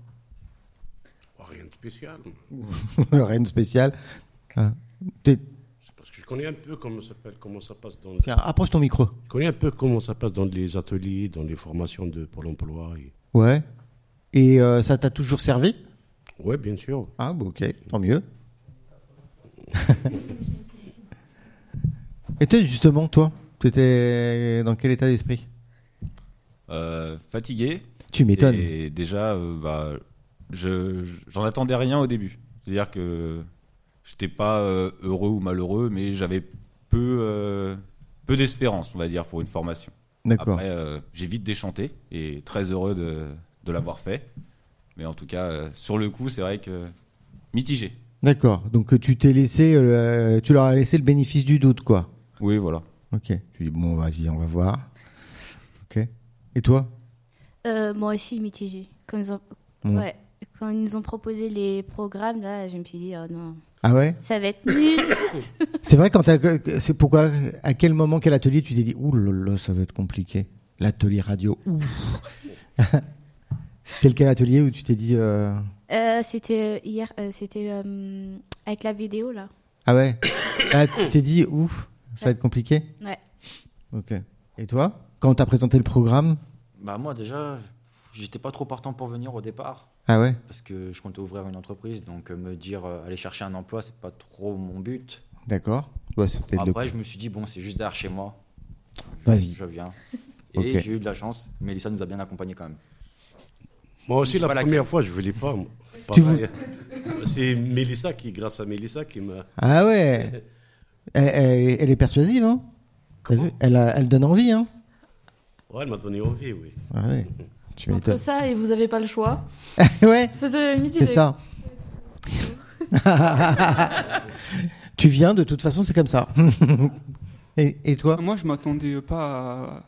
[SPEAKER 5] Oh, Rien de spécial.
[SPEAKER 3] *laughs* Rien de spécial. Ah, t'es-
[SPEAKER 5] C'est Parce que je connais un peu comment ça, s'appelle- comment ça passe dans.
[SPEAKER 3] Tiens, approche ton micro.
[SPEAKER 5] Je connais un peu comment ça passe dans les ateliers, dans les formations de Pôle emploi. Et...
[SPEAKER 3] Ouais. Et euh, ça t'a toujours servi
[SPEAKER 5] Oui, bien sûr.
[SPEAKER 3] Ah, bah, ok, tant mieux. *laughs* et toi, justement, toi, t'étais dans quel état d'esprit
[SPEAKER 8] Euh, fatigué.
[SPEAKER 3] Tu m'étonnes.
[SPEAKER 8] Et déjà, euh, bah, je j'en attendais rien au début. C'est-à-dire que j'étais pas euh, heureux ou malheureux, mais j'avais peu euh, peu d'espérance, on va dire, pour une formation.
[SPEAKER 3] D'accord.
[SPEAKER 8] Après, euh, j'ai vite déchanté et très heureux de, de l'avoir fait. Mais en tout cas, euh, sur le coup, c'est vrai que mitigé.
[SPEAKER 3] D'accord. Donc euh, tu t'es laissé, euh, tu leur as laissé le bénéfice du doute, quoi.
[SPEAKER 8] Oui, voilà.
[SPEAKER 3] Ok. Tu dis bon, vas-y, on va voir. Ok. Et toi
[SPEAKER 6] Euh, moi aussi mitigé. Quand ils ont,
[SPEAKER 3] Mm.
[SPEAKER 6] ouais, quand ils nous ont proposé les programmes là, je me suis dit oh non,
[SPEAKER 3] Ah
[SPEAKER 6] *laughs*
[SPEAKER 3] ouais
[SPEAKER 6] ça va
[SPEAKER 3] *laughs*
[SPEAKER 6] être nul.
[SPEAKER 3] C'est vrai quand t'as- que- c'est pourquoi à quel moment quel atelier tu t'es dit ouh là là ça va être compliqué l'atelier radio.
[SPEAKER 6] *laughs*
[SPEAKER 3] ouf. C'était lequel atelier où tu t'es dit euh,
[SPEAKER 6] Euh, c'était euh, hier, euh, c'était euh, avec la vidéo là.
[SPEAKER 3] ah ouais *coughs* Ah, tu t'es dit ouf ça va être compliqué.
[SPEAKER 6] Ouais.
[SPEAKER 3] Ok. Et toi quand t'as présenté le programme
[SPEAKER 1] Bah moi déjà, j'étais pas trop partant pour venir au départ
[SPEAKER 3] ah ouais
[SPEAKER 1] parce que je comptais ouvrir une entreprise, donc euh, me dire euh, aller chercher un emploi, c'est pas trop mon but.
[SPEAKER 3] d'accord. Ouais, c'était le-
[SPEAKER 1] Après, je me suis dit bon, c'est juste derrière chez moi. Je-
[SPEAKER 3] Vas-y.
[SPEAKER 1] Je viens. Et
[SPEAKER 3] Ok.
[SPEAKER 1] j'ai eu de la chance. Mélissa nous a bien accompagnés quand même.
[SPEAKER 5] Moi aussi,
[SPEAKER 1] C'est
[SPEAKER 5] la
[SPEAKER 1] pas la
[SPEAKER 5] première fois, je ne voulais pas. moi.
[SPEAKER 3] Tu
[SPEAKER 5] Pareil. C'est Mélissa qui, grâce à Mélissa, qui m'a.
[SPEAKER 3] Ah
[SPEAKER 5] *laughs*
[SPEAKER 3] ouais elle, elle- elle est persuasive, hein T'as vu elle, a- elle donne envie, hein
[SPEAKER 5] Ouais, elle m'a donné envie, oui.
[SPEAKER 3] Ah ouais, tu
[SPEAKER 2] Entre
[SPEAKER 3] m'étonnes.
[SPEAKER 2] ça et vous avez pas le choix,
[SPEAKER 3] *laughs*
[SPEAKER 2] euh,
[SPEAKER 3] ouais,
[SPEAKER 2] c'était mitigé.
[SPEAKER 3] c'est ça. *laughs* tu viens, de toute façon, c'est comme ça. *laughs* et, et toi
[SPEAKER 7] Moi, je m'attendais pas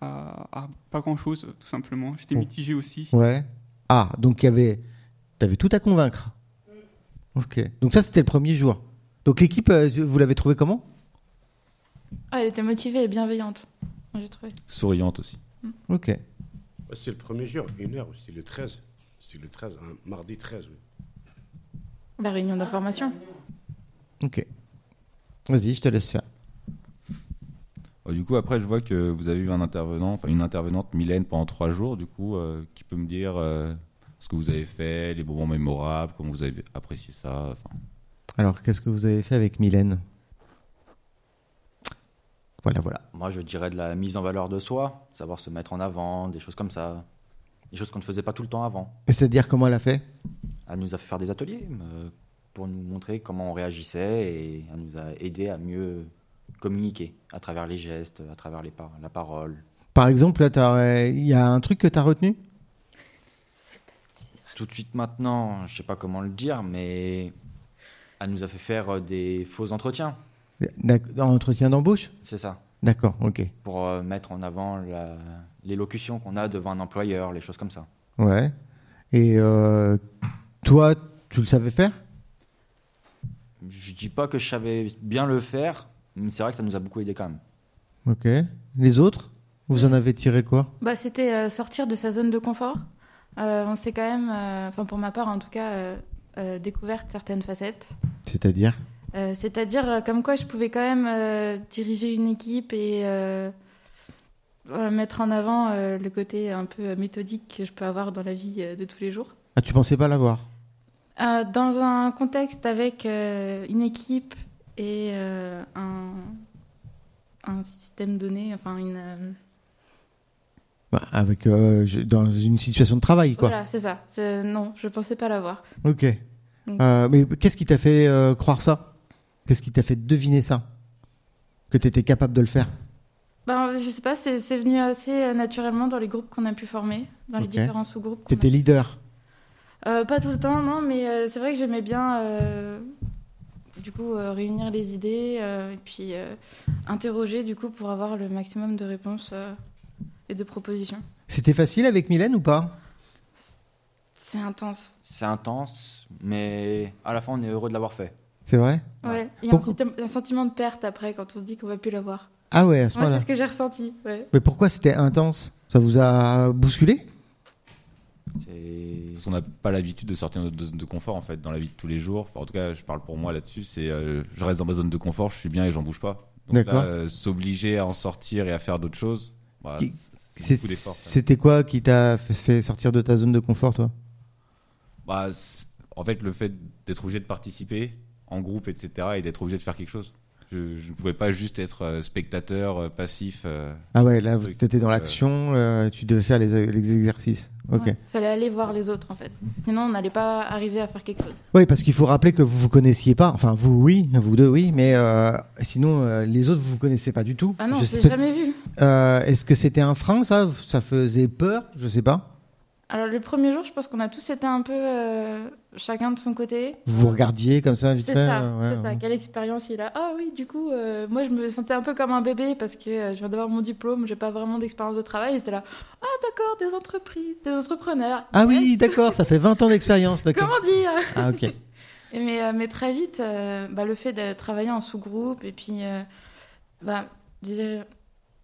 [SPEAKER 7] à, à- à pas grand-chose, tout simplement. J'étais
[SPEAKER 3] Oh.
[SPEAKER 7] mitigé aussi.
[SPEAKER 3] Ouais. Ah, donc il y avait... T'avais tout à convaincre. Ok. Donc ça, c'était le premier jour. Donc l'équipe, euh, vous l'avez trouvée comment
[SPEAKER 2] Ah, elle était motivée et bienveillante, moi, j'ai trouvé.
[SPEAKER 8] Souriante aussi.
[SPEAKER 3] Ok.
[SPEAKER 5] Ouais, C'est le premier jour, une heure, c'est le 13. C'est le 13, hein, mardi 13. oui.
[SPEAKER 2] La réunion d'information.
[SPEAKER 3] Ok. Vas-y, je te laisse faire.
[SPEAKER 8] Euh, Du coup, après, je vois que vous avez eu un intervenant, enfin une intervenante, Mylène, pendant trois jours, du coup, euh, qui peut me dire euh, ce que vous avez fait, les moments mémorables, comment vous avez apprécié ça. enfin.
[SPEAKER 3] Alors, qu'est-ce que vous avez fait avec Mylène Voilà, voilà.
[SPEAKER 1] Moi, je dirais de la mise en valeur de soi, savoir se mettre en avant, des choses comme ça. Des choses qu'on ne faisait pas tout le temps avant.
[SPEAKER 3] Et C'est-à-dire comment elle a fait
[SPEAKER 1] Elle nous a fait faire des ateliers euh, pour nous montrer comment on réagissait et elle nous a aidé à mieux communiquer à travers les gestes, à travers les par- la parole.
[SPEAKER 3] Par exemple, là, t'as- euh, il y a un truc que tu as retenu
[SPEAKER 1] Tout de suite maintenant, je sais pas comment le dire, mais elle nous a fait faire euh, des faux entretiens,
[SPEAKER 3] D'ac- Dans l'entretien d'embauche
[SPEAKER 1] c'est ça,
[SPEAKER 3] D'accord, ok.
[SPEAKER 1] pour euh, mettre en avant la- l'élocution qu'on a devant un employeur, les choses comme ça.
[SPEAKER 3] Ouais. Et euh, toi, tu le savais faire
[SPEAKER 1] Je dis pas que je savais bien le faire, mais c'est vrai que ça nous a beaucoup aidé quand même.
[SPEAKER 3] Ok. Les autres Vous en avez tiré quoi
[SPEAKER 2] Bah, c'était euh, sortir de sa zone de confort. Euh, on s'est quand même, euh, enfin pour ma part en tout cas, euh, euh, découverte certaines facettes.
[SPEAKER 3] C'est-à-dire
[SPEAKER 2] Euh, c'est-à-dire euh, comme quoi je pouvais quand même euh, diriger une équipe et euh, euh, mettre en avant euh, le côté un peu méthodique que je peux avoir dans la vie euh, de tous les jours.
[SPEAKER 3] Ah, tu pensais pas l'avoir
[SPEAKER 2] Euh, dans un contexte avec euh, une équipe et euh, un, un système donné, enfin une. euh,
[SPEAKER 3] Bah, avec euh, je- dans une situation de travail quoi.
[SPEAKER 2] voilà, c'est ça. C'est- Non, je pensais pas l'avoir.
[SPEAKER 3] Ok. Euh, mais qu'est-ce qui t'a fait euh, croire ça Qu'est-ce qui t'a fait deviner ça Que t'étais capable de le faire
[SPEAKER 2] Ben, je sais pas, c'est c'est venu assez euh, naturellement dans les groupes qu'on a pu former, dans les
[SPEAKER 3] Ok.
[SPEAKER 2] différents sous-groupes. qu'on a
[SPEAKER 3] T'étais leader.
[SPEAKER 2] Euh, pas tout le temps, non, mais euh, c'est vrai que j'aimais bien, euh, du coup, euh, réunir les idées euh, et puis euh, interroger, du coup, pour avoir le maximum de réponses euh, et de propositions.
[SPEAKER 3] C'était facile avec Mylène ou pas
[SPEAKER 2] C'est intense.
[SPEAKER 1] C'est intense, mais à la fin, on est heureux de l'avoir fait.
[SPEAKER 3] C'est vrai
[SPEAKER 2] Ouais. Il y a un,
[SPEAKER 3] Pourquoi
[SPEAKER 2] senti- un sentiment de perte après quand on se dit qu'on va plus l'avoir.
[SPEAKER 3] Ah ouais, à ce
[SPEAKER 2] Moi,
[SPEAKER 3] moment-là.
[SPEAKER 2] c'est ce que j'ai ressenti. Ouais.
[SPEAKER 3] Mais pourquoi c'était intense Ça vous a bousculé
[SPEAKER 1] C'est.
[SPEAKER 8] Parce qu'on n'a pas l'habitude de sortir de notre zone de confort en fait dans la vie de tous les jours. Enfin, en tout cas, je parle pour moi là-dessus. C'est euh, je reste dans ma zone de confort, je suis bien et j'en bouge pas. Donc
[SPEAKER 3] D'accord.
[SPEAKER 8] là, euh, s'obliger à en sortir et à faire d'autres choses, bah,
[SPEAKER 3] Qui-
[SPEAKER 8] c'est
[SPEAKER 3] C'est-
[SPEAKER 8] beaucoup d'efforts. ça.
[SPEAKER 3] C'était quoi qui t'a fait- fait sortir de ta zone de confort, toi
[SPEAKER 8] Bah, c'est- en fait, le fait d'être obligé de participer en groupe, etc., et d'être obligé de faire quelque chose. Je, je ne pouvais pas juste être euh, spectateur euh, passif. euh.
[SPEAKER 3] Ah ouais, là,
[SPEAKER 8] Truc,
[SPEAKER 3] t'étais dans
[SPEAKER 8] euh,
[SPEAKER 3] l'action, euh, tu devais faire les, les exercices. Ok.
[SPEAKER 2] Ouais. Fallait aller voir les autres, en fait. Sinon, on n'allait pas arriver à faire quelque chose.
[SPEAKER 3] Oui, parce qu'il faut rappeler que vous vous connaissiez pas. Enfin, vous, oui, vous deux, oui, mais euh, sinon, euh, les autres, vous vous connaissez pas du tout.
[SPEAKER 2] Ah non,
[SPEAKER 3] Je
[SPEAKER 2] je
[SPEAKER 3] sais
[SPEAKER 2] l'ai
[SPEAKER 3] pas-
[SPEAKER 2] jamais vu.
[SPEAKER 3] Euh, Est-ce que c'était un frein, ça Ça faisait peur Je sais pas.
[SPEAKER 2] Alors, le premier jour, je pense qu'on a tous été un peu euh, chacun de son côté. Euh,
[SPEAKER 3] Vous vous regardiez comme ça, vite
[SPEAKER 2] C'est
[SPEAKER 3] fait
[SPEAKER 2] ça,
[SPEAKER 3] euh, ouais,
[SPEAKER 2] c'est ça.
[SPEAKER 3] ouais.
[SPEAKER 2] Quelle expérience il a. Ah oui, du coup, euh, moi je me sentais un peu comme un bébé parce que euh, je viens d'avoir mon diplôme, j'ai pas vraiment d'expérience de travail. J'étais là, ah d'accord, des entreprises, des entrepreneurs.
[SPEAKER 3] Ah
[SPEAKER 2] Yes.
[SPEAKER 3] oui, d'accord, ça fait 20 ans d'expérience, d'accord.
[SPEAKER 2] Comment dire *laughs*
[SPEAKER 3] Ah ok.
[SPEAKER 2] Et mais, euh, mais très vite, euh, bah, le fait de travailler en sous-groupe et puis, euh, bah, dire-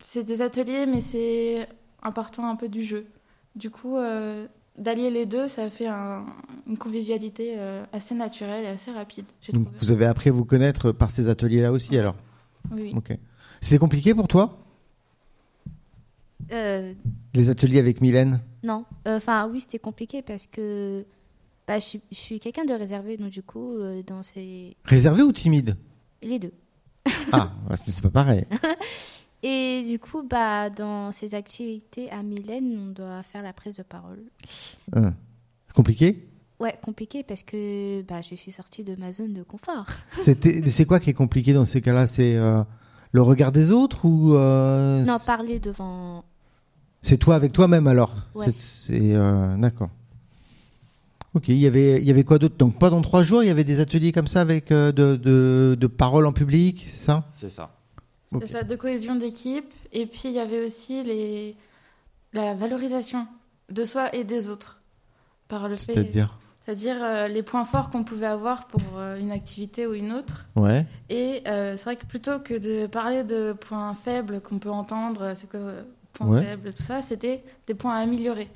[SPEAKER 2] c'est des ateliers, mais c'est en partant un peu du jeu. Du coup, euh, d'allier les deux, ça fait un- une convivialité euh, assez naturelle et assez rapide. j'ai
[SPEAKER 3] Donc,
[SPEAKER 2] trouvé.
[SPEAKER 3] vous avez appris à vous connaître par ces ateliers-là aussi, alors.
[SPEAKER 2] Oui, oui.
[SPEAKER 3] Ok. C'était compliqué pour toi,
[SPEAKER 6] Euh,
[SPEAKER 3] les ateliers avec Mylène
[SPEAKER 6] non, enfin oui, c'était compliqué parce que bah, je, suis- je suis quelqu'un de réservé, donc du coup, euh, dans ces...
[SPEAKER 3] Réservé ou timide
[SPEAKER 6] les deux.
[SPEAKER 3] Ah, bah, c'est c'est pas pareil.
[SPEAKER 6] Et du coup, bah, dans ces activités à Mylène, on doit faire la prise de parole.
[SPEAKER 3] Hein. Compliqué
[SPEAKER 6] Ouais, compliqué parce que bah, je suis sortie de ma zone de confort.
[SPEAKER 3] C'était- mais C'est quoi qui est compliqué dans ces cas-là C'est euh, le regard des autres ou euh,
[SPEAKER 6] Non, parler devant.
[SPEAKER 3] C'est toi avec toi-même alors.
[SPEAKER 6] Ouais.
[SPEAKER 3] C'est- C'est euh, d'accord. Ok, il y avait il y avait quoi d'autre Donc pendant trois jours, il y avait des ateliers comme ça avec euh, de de, de paroles en public, c'est ça
[SPEAKER 1] C'est ça.
[SPEAKER 2] C'est
[SPEAKER 3] Ok.
[SPEAKER 2] ça, de cohésion d'équipe. Et puis, il y avait aussi les... la valorisation de soi et des autres. Par le fait-
[SPEAKER 3] C'est-à-dire
[SPEAKER 2] C'est-à-dire euh, les points forts qu'on pouvait avoir pour euh, une activité ou une autre.
[SPEAKER 3] Ouais.
[SPEAKER 2] Et euh, c'est vrai que plutôt que de parler de points faibles qu'on peut entendre, euh, c'est quoi euh, points
[SPEAKER 3] Ouais.
[SPEAKER 2] faibles, tout ça, c'était des points à améliorer.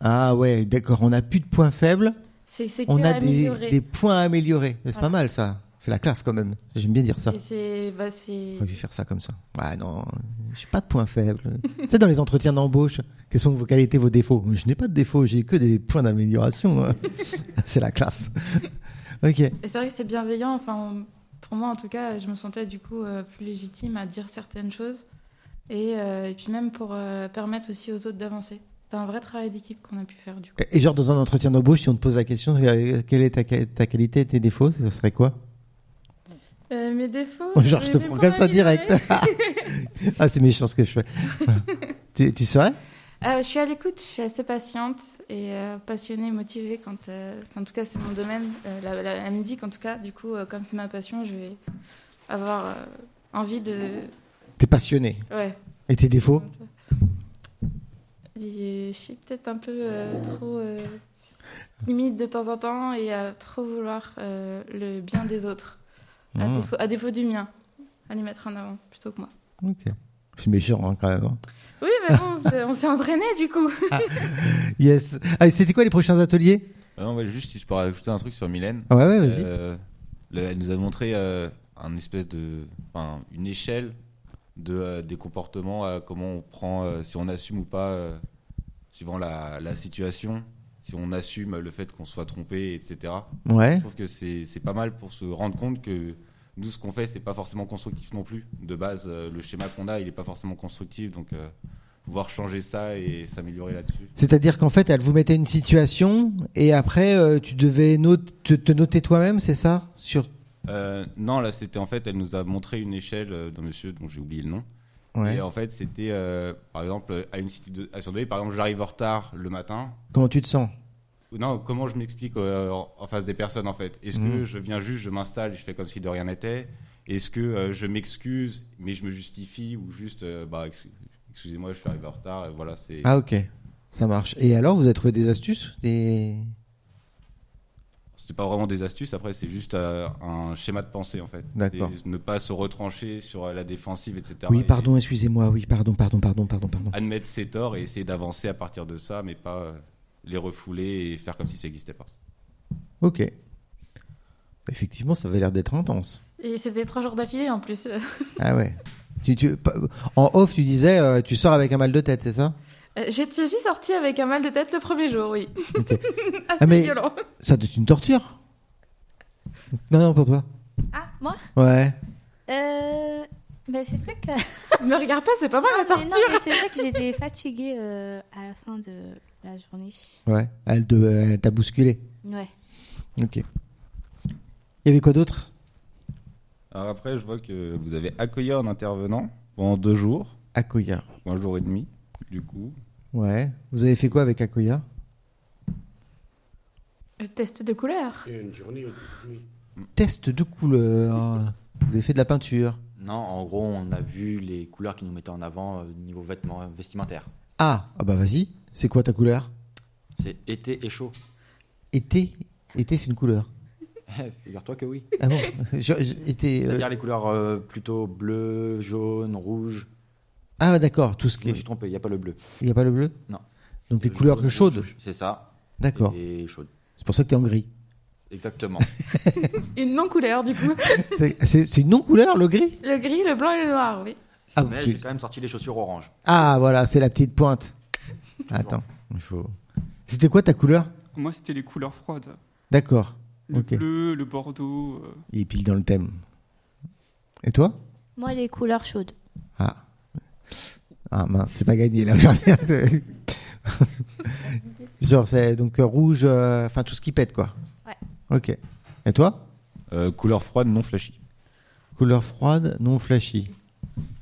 [SPEAKER 3] Ah ouais, d'accord. On n'a plus de points faibles.
[SPEAKER 2] C'est c'est que
[SPEAKER 3] On a des,
[SPEAKER 2] améliorer.
[SPEAKER 3] des points à améliorer. C'est pas
[SPEAKER 2] Voilà.
[SPEAKER 3] mal ça. C'est la classe quand même. J'aime bien dire ça.
[SPEAKER 2] Et c'est bah, c'est-
[SPEAKER 3] J'aurais dû faire ça comme ça. Ouais, non, j'ai pas de points faibles. *laughs* tu sais, dans les entretiens d'embauche, quelles sont vos qualités, vos défauts Mais Je n'ai pas de défauts, j'ai que des points d'amélioration. hein. *laughs* c'est la classe. *laughs* ok.
[SPEAKER 2] et c'est vrai que c'est bienveillant. Enfin, on- pour moi, en tout cas, je me sentais du coup euh, plus légitime à dire certaines choses. Et, euh, et puis même pour euh, permettre aussi aux autres d'avancer. C'était un vrai travail d'équipe qu'on a pu faire du coup.
[SPEAKER 3] Et genre, dans un entretien d'embauche, si on te pose la question, euh, quelle est ta, qua- ta qualité, tes défauts, ce serait quoi
[SPEAKER 2] Euh, mes défauts.
[SPEAKER 3] Genre, je
[SPEAKER 2] mes
[SPEAKER 3] te prends
[SPEAKER 2] points Euh,
[SPEAKER 3] comme ça
[SPEAKER 2] améliorés.
[SPEAKER 3] direct. *laughs* ah, c'est méchant ce que je fais. tu, tu saurais
[SPEAKER 2] Euh, je suis à l'écoute, je suis assez patiente et euh, passionnée, motivée quand. euh, c'est- en tout cas, c'est mon domaine, euh, la, la- la musique en tout cas. Du coup, euh, comme c'est ma passion, je vais avoir euh, envie de.
[SPEAKER 3] T'es passionné.
[SPEAKER 2] Ouais.
[SPEAKER 3] Et tes défauts
[SPEAKER 2] comme ça. Je je suis peut-être un peu euh, trop euh, timide de temps en temps et à trop vouloir euh, le bien des autres, à,
[SPEAKER 3] Mmh.
[SPEAKER 2] défaut, à défaut du mien, à les mettre en avant plutôt que moi.
[SPEAKER 3] Ok. C'est méchant hein, quand même. hein.
[SPEAKER 2] Oui, mais
[SPEAKER 3] *laughs*
[SPEAKER 2] bon, c'est- on s'est entraîné du coup.
[SPEAKER 3] Yes. Ah, et c'était quoi les prochains ateliers
[SPEAKER 8] Ah non, ouais, juste si je peux rajouter un truc sur Mylène.
[SPEAKER 3] Ah Ouais, ouais, vas-y.
[SPEAKER 8] Euh, le- elle nous a montré euh, un espèce de, enfin, une échelle de euh, des comportements, euh, comment on prend, euh, si on assume ou pas, euh, suivant la, la situation. si on assume le fait qu'on soit trompé, etc. Je
[SPEAKER 3] Ouais.
[SPEAKER 8] trouve que c'est c'est pas mal pour se rendre compte que nous, ce qu'on fait, c'est pas forcément constructif non plus. De base, euh, le schéma qu'on a, il est pas forcément constructif, donc euh, pouvoir changer ça et s'améliorer là-dessus.
[SPEAKER 3] C'est-à-dire qu'en fait, elle vous mettait une situation et après, euh, tu devais note- te, te noter toi-même, c'est ça Sur.
[SPEAKER 8] Euh, non, là, c'était en fait, elle nous a montré une échelle euh, d'un monsieur dont j'ai oublié le nom.
[SPEAKER 3] Ouais.
[SPEAKER 8] Et en fait, c'était, euh, par exemple, à une situation donnée, par exemple, j'arrive en retard le matin.
[SPEAKER 3] Comment tu te sens
[SPEAKER 8] Non, comment je m'explique euh, en en face des personnes, en fait Est-ce
[SPEAKER 3] Mhm.
[SPEAKER 8] que je viens juste, je m'installe et je fais comme si de rien n'était Est-ce que euh, je m'excuse, mais je me justifie Ou juste, euh, bah, excu- excusez-moi, je suis arrivé en retard, et voilà, c'est...
[SPEAKER 3] Ah ok, ça marche. Et alors, vous avez trouvé des astuces des...
[SPEAKER 8] C'est pas vraiment des astuces, après, c'est juste euh, un schéma de pensée, en fait.
[SPEAKER 3] D'accord.
[SPEAKER 8] C'est Ne pas se retrancher sur euh, la défensive, etc.
[SPEAKER 3] Oui,
[SPEAKER 8] Et-
[SPEAKER 3] pardon, excusez-moi. Oui, pardon, pardon, pardon, pardon, pardon.
[SPEAKER 8] admettre ses torts et essayer d'avancer à partir de ça, mais pas euh, les refouler et faire comme si ça n'existait pas.
[SPEAKER 3] Ok. Effectivement, ça avait l'air d'être intense.
[SPEAKER 2] Et c'était trois jours d'affilée en plus. Euh,
[SPEAKER 3] Ah ouais. Tu, tu- pa- en off, tu disais, euh, tu sors avec un mal de tête, c'est ça
[SPEAKER 2] j'ai- Je suis sortie avec un mal de tête le premier jour, oui. *laughs*
[SPEAKER 3] Ok.
[SPEAKER 2] Assez
[SPEAKER 3] Ah, mais-
[SPEAKER 2] violent.
[SPEAKER 3] Ça doit être une torture. Non, non, pour toi.
[SPEAKER 6] Ah, moi
[SPEAKER 3] Ouais.
[SPEAKER 6] Euh, Mais c'est *laughs* vrai que.
[SPEAKER 2] Me regarde pas, c'est pas moi la
[SPEAKER 6] Ah, Mais non,
[SPEAKER 2] torture.
[SPEAKER 6] mais c'est vrai que j'étais fatiguée euh, à la fin de la journée.
[SPEAKER 3] Ouais. Elle, te- elle t'a bousculé.
[SPEAKER 6] Ouais.
[SPEAKER 3] Ok. Il y avait quoi d'autre
[SPEAKER 8] Alors après, je vois que vous avez accueilli un intervenant pendant deux jours,
[SPEAKER 3] Akoya.
[SPEAKER 8] ou un jour et demi, du coup.
[SPEAKER 3] Ouais. Vous avez fait quoi avec Akoya
[SPEAKER 2] Le test de couleur.
[SPEAKER 5] Une journée ou deux nuits.
[SPEAKER 3] Test de couleur. Vous avez fait de la peinture.
[SPEAKER 1] Non, en gros, on a vu les couleurs qu'ils nous mettaient en avant euh, niveau vêtements euh, vestimentaires.
[SPEAKER 3] Ah, ah bah vas-y. C'est quoi ta couleur
[SPEAKER 1] C'est été et chaud. *laughs*
[SPEAKER 3] Été. Été, c'est une couleur.
[SPEAKER 1] Eh, Figure-toi que oui.
[SPEAKER 3] Ah bon Je- je- été, euh,
[SPEAKER 1] C'est-à-dire les couleurs euh, plutôt bleu, jaune, rouge.
[SPEAKER 3] Ah d'accord, tout ce
[SPEAKER 1] Je
[SPEAKER 3] qui
[SPEAKER 1] me
[SPEAKER 3] est...
[SPEAKER 1] suis trompé, il n'y a pas le bleu.
[SPEAKER 3] Il n'y a pas le bleu
[SPEAKER 1] Non.
[SPEAKER 3] Donc des
[SPEAKER 1] Le
[SPEAKER 3] couleurs
[SPEAKER 1] jaune,
[SPEAKER 3] chaudes.
[SPEAKER 1] rouge, C'est ça.
[SPEAKER 3] D'accord.
[SPEAKER 1] Et chaude.
[SPEAKER 3] C'est pour ça que tu es en gris.
[SPEAKER 1] Exactement.
[SPEAKER 2] Une non-couleur du coup.
[SPEAKER 3] C'est c'est une non-couleur, le gris
[SPEAKER 2] Le gris, le blanc et le noir, oui.
[SPEAKER 3] ah,
[SPEAKER 1] Mais
[SPEAKER 3] tu-
[SPEAKER 1] j'ai quand même sorti les chaussures orange.
[SPEAKER 3] ah voilà, c'est la petite pointe. Attends, il faut... C'était quoi ta couleur
[SPEAKER 7] Moi, c'était les couleurs froides.
[SPEAKER 3] D'accord.
[SPEAKER 7] Le
[SPEAKER 3] Ok.
[SPEAKER 7] bleu, le bordeaux. euh,
[SPEAKER 3] Il est pile dans le thème. Et toi
[SPEAKER 6] Moi, les couleurs chaudes.
[SPEAKER 3] Ah. Ah mince, c'est pas gagné là *laughs* aujourd'hui. Genre c'est donc euh, rouge, euh, enfin tout ce qui pète quoi.
[SPEAKER 6] Ouais.
[SPEAKER 3] Ok. Et toi
[SPEAKER 8] Euh, couleur froide, non flashy.
[SPEAKER 3] Couleur froide, non flashy.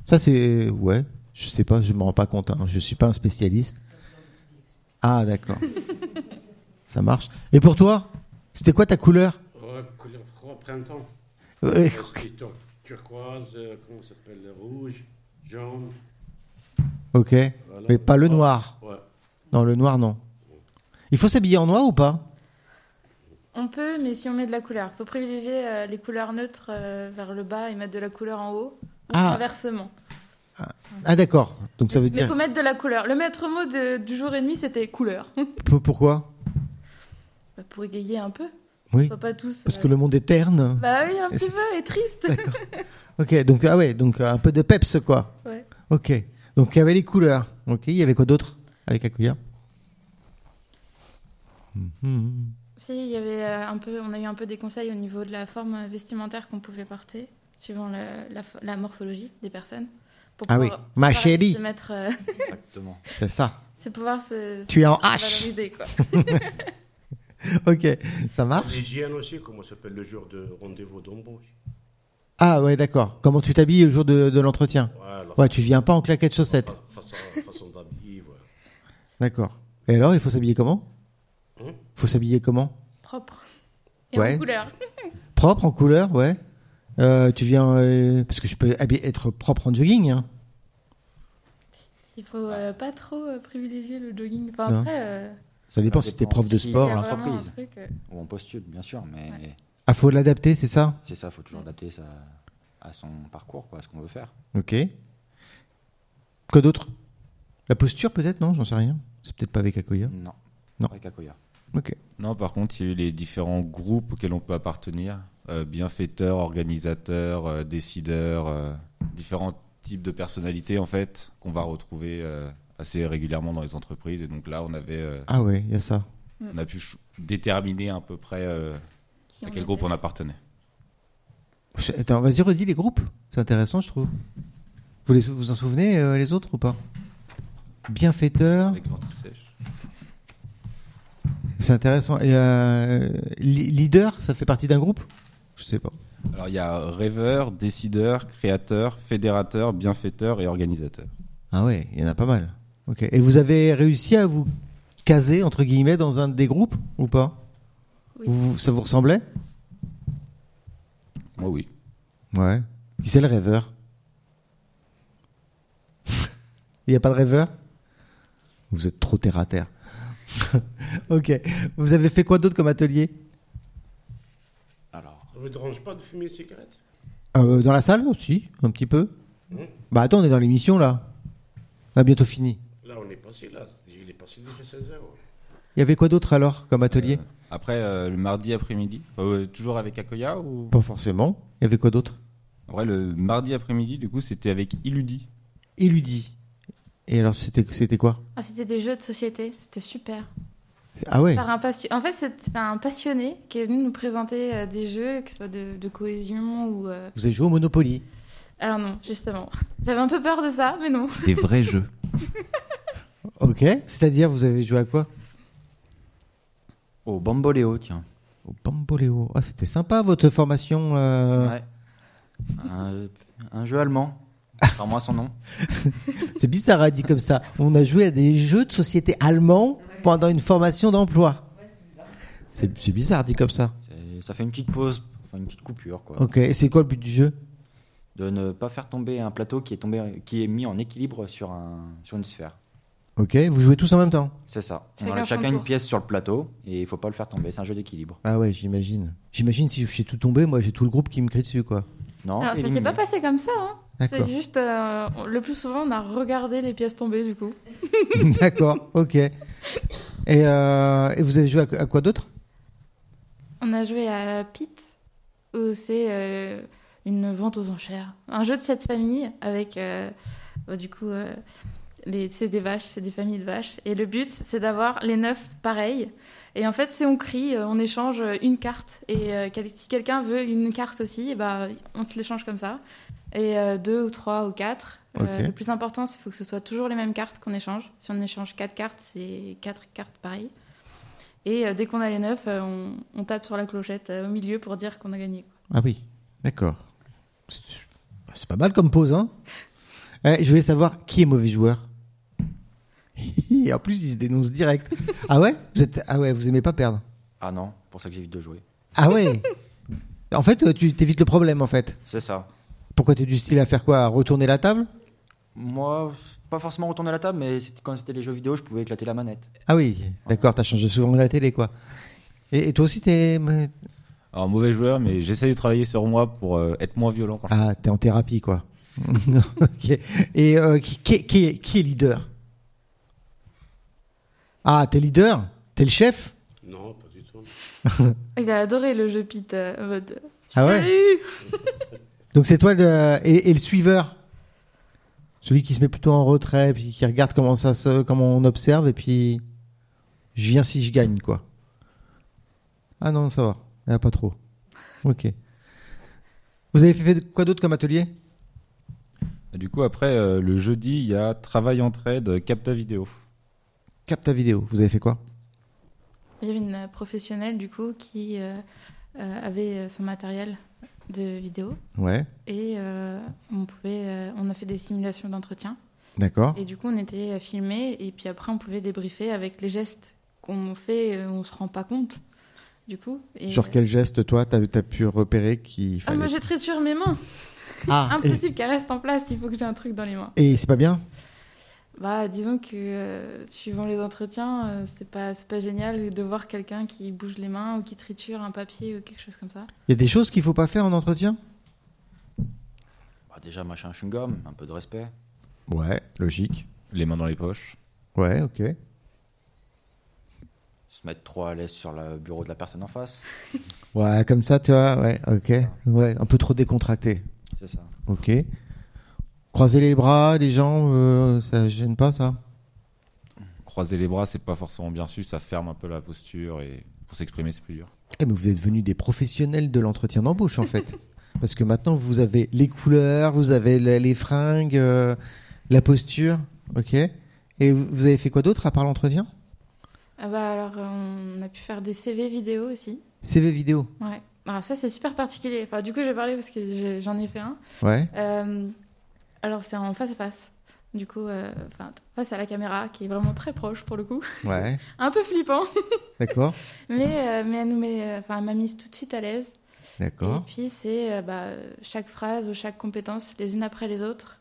[SPEAKER 3] Ça c'est ouais. Je sais pas, je me rends pas compte. hein, Je suis pas un spécialiste. Ah d'accord. Ça marche. Et pour toi, c'était quoi ta couleur
[SPEAKER 5] Ouais, couleur froid, printemps.
[SPEAKER 3] Euh,
[SPEAKER 5] Euh, c'est tur- turquoise, euh, comment ça s'appelle Rouge, jaune.
[SPEAKER 3] Ok.
[SPEAKER 5] voilà.
[SPEAKER 3] Mais pas le noir.
[SPEAKER 5] Ouais.
[SPEAKER 3] Non, le noir non. Il faut s'habiller en noir ou pas
[SPEAKER 2] On peut, mais si on met de la couleur. Faut privilégier euh, les couleurs neutres euh, vers le bas et mettre de la couleur en haut. Ou
[SPEAKER 3] Ah.
[SPEAKER 2] inversement.
[SPEAKER 3] Ah d'accord. Donc ça veut
[SPEAKER 2] Mais
[SPEAKER 3] dire.
[SPEAKER 2] faut mettre de la couleur. Le maître mot de- du jour et demi, c'était couleur.
[SPEAKER 3] P- Pourquoi
[SPEAKER 2] Bah, Pour égayer un peu.
[SPEAKER 3] Oui,
[SPEAKER 2] Faut pas tous.
[SPEAKER 3] parce
[SPEAKER 2] euh,
[SPEAKER 3] que le monde est terne.
[SPEAKER 2] Bah oui, un
[SPEAKER 3] Et
[SPEAKER 2] petit
[SPEAKER 3] c'est-
[SPEAKER 2] peu, et triste.
[SPEAKER 3] *laughs* D'accord. Ok, donc ah ouais, donc euh, un peu de peps quoi.
[SPEAKER 2] Ouais.
[SPEAKER 3] Ok, donc il y avait les couleurs. Ok, il y avait quoi d'autre avec Akuya Mhm.
[SPEAKER 2] Si, il y avait euh, un peu, on a eu un peu des conseils au niveau de la forme vestimentaire qu'on pouvait porter, suivant la, la fo- la morphologie des personnes. Pour
[SPEAKER 3] Ah oui,
[SPEAKER 2] pouvoir-
[SPEAKER 3] ma
[SPEAKER 2] pouvoir
[SPEAKER 3] chérie.
[SPEAKER 2] Se mettre, euh, *laughs*
[SPEAKER 1] Exactement.
[SPEAKER 3] C'est ça.
[SPEAKER 2] c'est pouvoir se.
[SPEAKER 3] Tu es en
[SPEAKER 2] se
[SPEAKER 3] H.
[SPEAKER 2] valoriser, quoi.
[SPEAKER 3] Ok, ça marche.
[SPEAKER 5] Ah. L'hygiène aussi, comment ça s'appelle le jour de rendez-vous d'embauche.
[SPEAKER 3] Ah ouais, d'accord. Comment tu t'habilles le jour de, de l'entretien
[SPEAKER 5] Ouais, la
[SPEAKER 3] Ouais, tu viens pas en claquettes chaussettes.
[SPEAKER 5] fa- façon, façon d'habiller, ouais.
[SPEAKER 3] D'accord. Et alors, il faut s'habiller comment
[SPEAKER 5] Hein
[SPEAKER 3] Faut s'habiller comment
[SPEAKER 2] Propre. Et
[SPEAKER 3] Ouais.
[SPEAKER 2] en couleur.
[SPEAKER 3] Propre en couleur, ouais. Euh, tu viens euh, parce que je peux habi- être propre en jogging. hein.
[SPEAKER 2] Il faut euh, pas trop euh, privilégier le jogging. Enfin,
[SPEAKER 3] Non.
[SPEAKER 2] après, euh,
[SPEAKER 3] Ça dépend si t'es prof de
[SPEAKER 1] si-
[SPEAKER 2] il
[SPEAKER 3] sport.
[SPEAKER 2] y
[SPEAKER 3] hein.
[SPEAKER 2] a
[SPEAKER 3] Hors
[SPEAKER 2] vraiment un
[SPEAKER 1] l'entreprise.
[SPEAKER 2] truc. euh,
[SPEAKER 1] Ou en postule, bien sûr, mais
[SPEAKER 3] Ah, faut l'adapter, c'est ça
[SPEAKER 1] c'est ça, faut toujours adapter ça à son parcours, quoi, à ce qu'on veut faire.
[SPEAKER 3] Ok. Quoi d'autre La posture peut-être Non, j'en sais rien. C'est peut-être pas avec Akoya.
[SPEAKER 1] Non.
[SPEAKER 3] Non.
[SPEAKER 1] Avec Akoya.
[SPEAKER 3] Ok.
[SPEAKER 8] Non, par contre, il y a eu les différents groupes auxquels on peut appartenir. Euh, bienfaiteurs, organisateurs, euh, décideurs, euh, différents types de personnalités, en fait, qu'on va retrouver euh, assez régulièrement dans les entreprises. Et donc là, on avait... euh,
[SPEAKER 3] Ah ouais, il y a ça.
[SPEAKER 2] Mm.
[SPEAKER 8] on a pu ch- déterminer à peu près euh,
[SPEAKER 2] Qui
[SPEAKER 8] à
[SPEAKER 2] on
[SPEAKER 8] quel
[SPEAKER 2] était.
[SPEAKER 8] groupe on appartenait.
[SPEAKER 3] C'est- Attends, vas-y, redis les groupes. C'est intéressant, je trouve. Vous les, vous en souvenez, euh, les autres ou pas Bienfaiteur,
[SPEAKER 8] Avec Ventre Sèche.
[SPEAKER 3] c'est intéressant. Et, euh, li- leader, ça fait partie d'un groupe Je sais pas.
[SPEAKER 8] Alors il y a rêveur, décideur, créateur, fédérateur, bienfaiteur et organisateur.
[SPEAKER 3] Ah ouais, il y en a pas mal. Ok. Et vous avez réussi à vous caser, entre guillemets, dans un des groupes ou pas
[SPEAKER 2] Oui.
[SPEAKER 3] Vous- Ça vous ressemblait
[SPEAKER 8] Moi oui.
[SPEAKER 3] Ouais. Qui c'est le rêveur Il n'y a pas de rêveur Vous êtes trop terre à terre. *laughs* ok. Vous avez fait quoi d'autre comme atelier
[SPEAKER 1] Alors,
[SPEAKER 5] Ça vous dérange pas de fumer une cigarette
[SPEAKER 3] Euh, Dans la salle aussi, un petit peu. Bah attends, on est dans l'émission là. On a bientôt fini.
[SPEAKER 5] Là, on est passé là. Il est passé déjà 16 heures.
[SPEAKER 3] Il y avait quoi d'autre alors comme atelier
[SPEAKER 8] Euh, après euh, le mardi après-midi, euh, toujours avec Akoya ou
[SPEAKER 3] Pas forcément. Il y avait quoi d'autre
[SPEAKER 8] En vrai, le mardi après-midi, du coup, c'était avec Illudi.
[SPEAKER 3] Éludie. Et alors c'était c'était quoi
[SPEAKER 2] Ah, c'était des jeux de société, c'était super.
[SPEAKER 3] Ah ouais.
[SPEAKER 2] Par un passion- En fait, c'était un passionné qui est venu nous présenter euh, des jeux, que ce soit de, de cohésion ou. euh,
[SPEAKER 3] Vous avez joué au Monopoly.
[SPEAKER 2] Alors non, justement. *laughs* J'avais un peu peur de ça, mais non.
[SPEAKER 8] Des vrais jeux.
[SPEAKER 3] Ok. C'est-à-dire vous avez joué à quoi
[SPEAKER 1] au Oh, Bamboléo, tiens.
[SPEAKER 3] Au Bamboléo. Ah c'était sympa votre formation. euh,
[SPEAKER 1] Ouais. Un, un jeu allemand. Par moi son nom.
[SPEAKER 3] C'est bizarre à dit comme ça. On a joué à des jeux de société allemands pendant une formation d'emploi. C'est c'est bizarre dit comme ça.
[SPEAKER 1] C'est- Ça fait une petite pause, enfin une petite coupure, quoi.
[SPEAKER 3] Ok. Et c'est quoi le but du jeu
[SPEAKER 1] De ne pas faire tomber un plateau qui est, tombé, qui est mis en équilibre sur, un, sur une sphère.
[SPEAKER 3] Ok. Vous jouez tous en même temps.
[SPEAKER 1] C'est ça. On
[SPEAKER 2] Chacun
[SPEAKER 1] enlève
[SPEAKER 2] son
[SPEAKER 1] chacun une
[SPEAKER 2] tour.
[SPEAKER 1] pièce sur le plateau et il faut pas le faire tomber. C'est un jeu d'équilibre.
[SPEAKER 3] Ah ouais, j'imagine. J'imagine si je suis tout tombé, moi j'ai tout le groupe qui me crie dessus quoi.
[SPEAKER 1] Non,
[SPEAKER 2] Alors ça s'est
[SPEAKER 1] éliminé.
[SPEAKER 2] pas passé comme ça. hein. C'est
[SPEAKER 3] D'accord.
[SPEAKER 2] juste, euh, on- le plus souvent, on a regardé les pièces tomber du coup.
[SPEAKER 3] *laughs* D'accord. Ok. Et, euh, et vous avez joué à, à quoi d'autre
[SPEAKER 2] On a joué à Pit, où c'est euh, une vente aux enchères. Un jeu de cette famille avec, euh, bah, du coup, euh, les- c'est des vaches, c'est des familles de vaches. Et le but, c'est d'avoir les neuf pareils. Et en fait, si on crie, euh, on échange euh, une carte. Et euh, quel- si quelqu'un veut une carte aussi, eh ben, on se l'échange comme ça. Et euh, deux ou trois ou quatre. Euh,
[SPEAKER 3] Ok.
[SPEAKER 2] le plus important, c'est qu'il faut que ce soit toujours les mêmes cartes qu'on échange. Si on échange quatre cartes, c'est quatre cartes pareilles. Et euh, dès qu'on a les neuf, euh, on, on tape sur la clochette euh, au milieu pour dire qu'on a gagné.
[SPEAKER 3] Ah oui. D'accord. C'est- C'est pas mal comme pause hein. Eh, je voulais savoir qui est mauvais joueur. *laughs* en plus, il se dénonce direct. Ah ouais Vous êtes ah ouais, vous aimez pas perdre.
[SPEAKER 1] Ah non, pour ça que j'évite de jouer.
[SPEAKER 3] Ah ouais En fait, euh, tu t'évites le problème, en fait.
[SPEAKER 1] C'est ça.
[SPEAKER 3] Pourquoi t'es du style à faire quoi À retourner la table
[SPEAKER 1] Moi, pas forcément retourner à la table, mais c'est- quand c'était les jeux vidéo, je pouvais éclater la manette.
[SPEAKER 3] Ah oui, d'accord, t'as changé souvent la télé, quoi. Et, et toi aussi, t'es...
[SPEAKER 8] Alors mauvais joueur, mais j'essaye de travailler sur moi pour euh, être moins violent quand je-
[SPEAKER 3] Ah, t'es en thérapie, quoi. *laughs* Ok. Et euh, qui, qui- qui est, qui est leader Ah, t'es leader T'es le chef
[SPEAKER 5] Non, pas du tout.
[SPEAKER 2] Il a adoré le jeu Pit. euh, en mode,
[SPEAKER 3] Ah ouais
[SPEAKER 2] Salut
[SPEAKER 3] Donc c'est toi le, et, et le suiveur Celui qui se met plutôt en retrait, puis qui regarde comment, ça se, comment on observe, et puis... Je viens si je gagne, quoi. Ah non, ça va. Ah, pas trop. Ok. Vous avez fait quoi d'autre comme atelier
[SPEAKER 8] Du coup, après euh, le jeudi, il y a travail en trade, capta vidéo.
[SPEAKER 3] Capta vidéo. Vous avez fait quoi
[SPEAKER 2] Il y avait une euh, professionnelle du coup qui euh, euh, avait euh, son matériel de vidéo
[SPEAKER 3] Ouais.
[SPEAKER 2] et euh, on pouvait, euh, on a fait des simulations d'entretien
[SPEAKER 3] D'accord.
[SPEAKER 2] et du coup on était filmé et puis après on pouvait débriefer avec les gestes qu'on fait, euh, on se rend pas compte du coup. Et, euh,
[SPEAKER 3] Genre quel geste, toi, t'as as pu repérer qu'il
[SPEAKER 2] Ah moi
[SPEAKER 3] fallait...
[SPEAKER 2] je triture mes mains.
[SPEAKER 3] Ah, et,
[SPEAKER 2] Impossible qu'elles restent en place. Il faut que j'ai un truc dans les mains.
[SPEAKER 3] et c'est pas bien
[SPEAKER 2] Bah, disons que euh, suivant les entretiens, euh, c'est pas, c'est pas génial de voir quelqu'un qui bouge les mains ou qui triture un papier ou quelque chose comme ça.
[SPEAKER 3] Il y a des choses qu'il faut pas faire en entretien
[SPEAKER 1] Bah, déjà, machin chewing-gum, un peu de respect.
[SPEAKER 3] Ouais, logique.
[SPEAKER 8] Les mains dans les poches.
[SPEAKER 3] Ouais, ok.
[SPEAKER 1] Se mettre trop à l'aise sur le bureau de la personne en face.
[SPEAKER 3] Ouais, comme ça, tu vois, ouais, ok. Ouais, un peu trop décontracté.
[SPEAKER 1] C'est ça.
[SPEAKER 3] Ok. Croiser les bras, les jambes, euh, ça gêne pas, ça
[SPEAKER 8] croiser les bras, c'est pas forcément bien su, ça ferme un peu la posture et pour s'exprimer, c'est plus dur.
[SPEAKER 3] Eh, mais vous êtes devenus des professionnels de l'entretien d'embauche en fait. *laughs* Parce que maintenant vous avez les couleurs, vous avez le- les fringues, euh, la posture, ok. Et vous vous avez fait quoi d'autre à part l'entretien
[SPEAKER 2] Ah bah alors, euh, on a pu faire des CV vidéo aussi.
[SPEAKER 3] CV vidéo.
[SPEAKER 2] Ouais. Alors ça, c'est super particulier. Enfin, du coup, j'ai parlé parce que j'ai- j'en ai fait un.
[SPEAKER 3] Ouais.
[SPEAKER 2] Euh, alors, c'est en face à face. Du coup, euh, enfin, face à la caméra, qui est vraiment très proche pour le coup. *laughs*
[SPEAKER 3] Ouais.
[SPEAKER 2] Un peu flippant,
[SPEAKER 3] D'accord.
[SPEAKER 2] mais, euh, mais elle nous met, enfin, elle m'a mise tout de suite à l'aise. Et puis, c'est euh, bah, chaque phrase ou chaque compétence, les unes après les autres.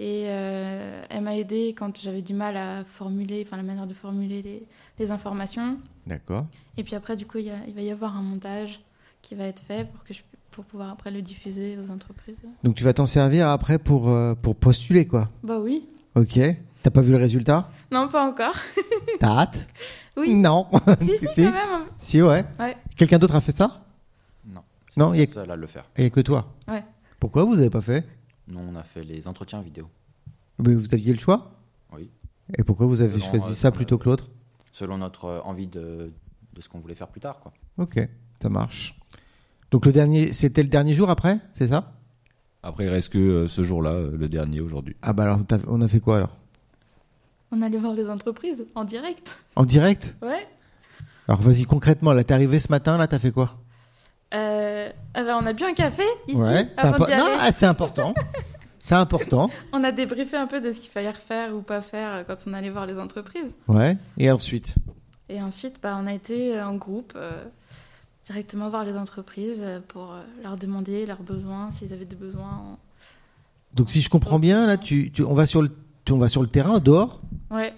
[SPEAKER 2] Et euh, elle m'a aidée quand j'avais du mal à formuler, enfin, la manière de formuler les, les informations.
[SPEAKER 3] D'accord.
[SPEAKER 2] Et puis après, du coup, il, y a- il va y avoir un montage qui va être fait pour, que je, pour pouvoir après le diffuser aux entreprises.
[SPEAKER 3] Donc tu vas t'en servir après pour euh, pour postuler quoi.
[SPEAKER 2] Bah oui.
[SPEAKER 3] Ok. T'as pas vu le résultat
[SPEAKER 2] Non, pas encore. *laughs*
[SPEAKER 3] T'as hâte *laughs*
[SPEAKER 2] Oui.
[SPEAKER 3] Non.
[SPEAKER 2] *laughs* si, si, quand même.
[SPEAKER 3] Si ouais.
[SPEAKER 2] Ouais.
[SPEAKER 3] Quelqu'un d'autre a fait ça
[SPEAKER 1] Non.
[SPEAKER 3] Non, il y a-
[SPEAKER 1] Ça, là, le faire.
[SPEAKER 3] Et que toi.
[SPEAKER 2] Ouais.
[SPEAKER 3] Pourquoi vous avez pas fait
[SPEAKER 1] Nous, on a fait les entretiens vidéo.
[SPEAKER 3] Mais vous aviez le choix
[SPEAKER 1] Oui.
[SPEAKER 3] Et pourquoi vous avez
[SPEAKER 1] Selon,
[SPEAKER 3] choisi
[SPEAKER 1] euh,
[SPEAKER 3] ça
[SPEAKER 1] selon
[SPEAKER 3] plutôt
[SPEAKER 1] le-
[SPEAKER 3] que l'autre
[SPEAKER 1] Selon notre euh, envie de, de ce qu'on voulait faire plus tard, quoi.
[SPEAKER 3] Ok, ça marche. Donc le dernier, c'était le dernier jour après, c'est ça
[SPEAKER 8] Après, il reste que euh, ce jour-là, euh, le dernier aujourd'hui.
[SPEAKER 3] Ah bah alors, t'as- on a fait quoi alors
[SPEAKER 2] On allait voir les entreprises en direct.
[SPEAKER 3] En direct
[SPEAKER 2] Ouais.
[SPEAKER 3] Alors vas-y concrètement, là t'es arrivé ce matin, là t'as fait quoi
[SPEAKER 2] Euh, ah bah, on a bu un café ici.
[SPEAKER 3] c'est
[SPEAKER 2] avant
[SPEAKER 3] impo-
[SPEAKER 2] d'y aller.
[SPEAKER 3] Non, ah, c'est important. c'est important.
[SPEAKER 2] On a débriefé un peu de ce qu'il fallait refaire ou pas faire quand on allait voir les entreprises.
[SPEAKER 3] Ouais. Et ensuite
[SPEAKER 2] Et ensuite, bah, on a été euh, en groupe euh, directement voir les entreprises euh, pour euh, leur demander leurs besoins, s'ils avaient des besoins.
[SPEAKER 3] Donc si je comprends bien, là tu, tu- on va sur le, tu- on va sur le terrain dehors.
[SPEAKER 2] en- Ouais,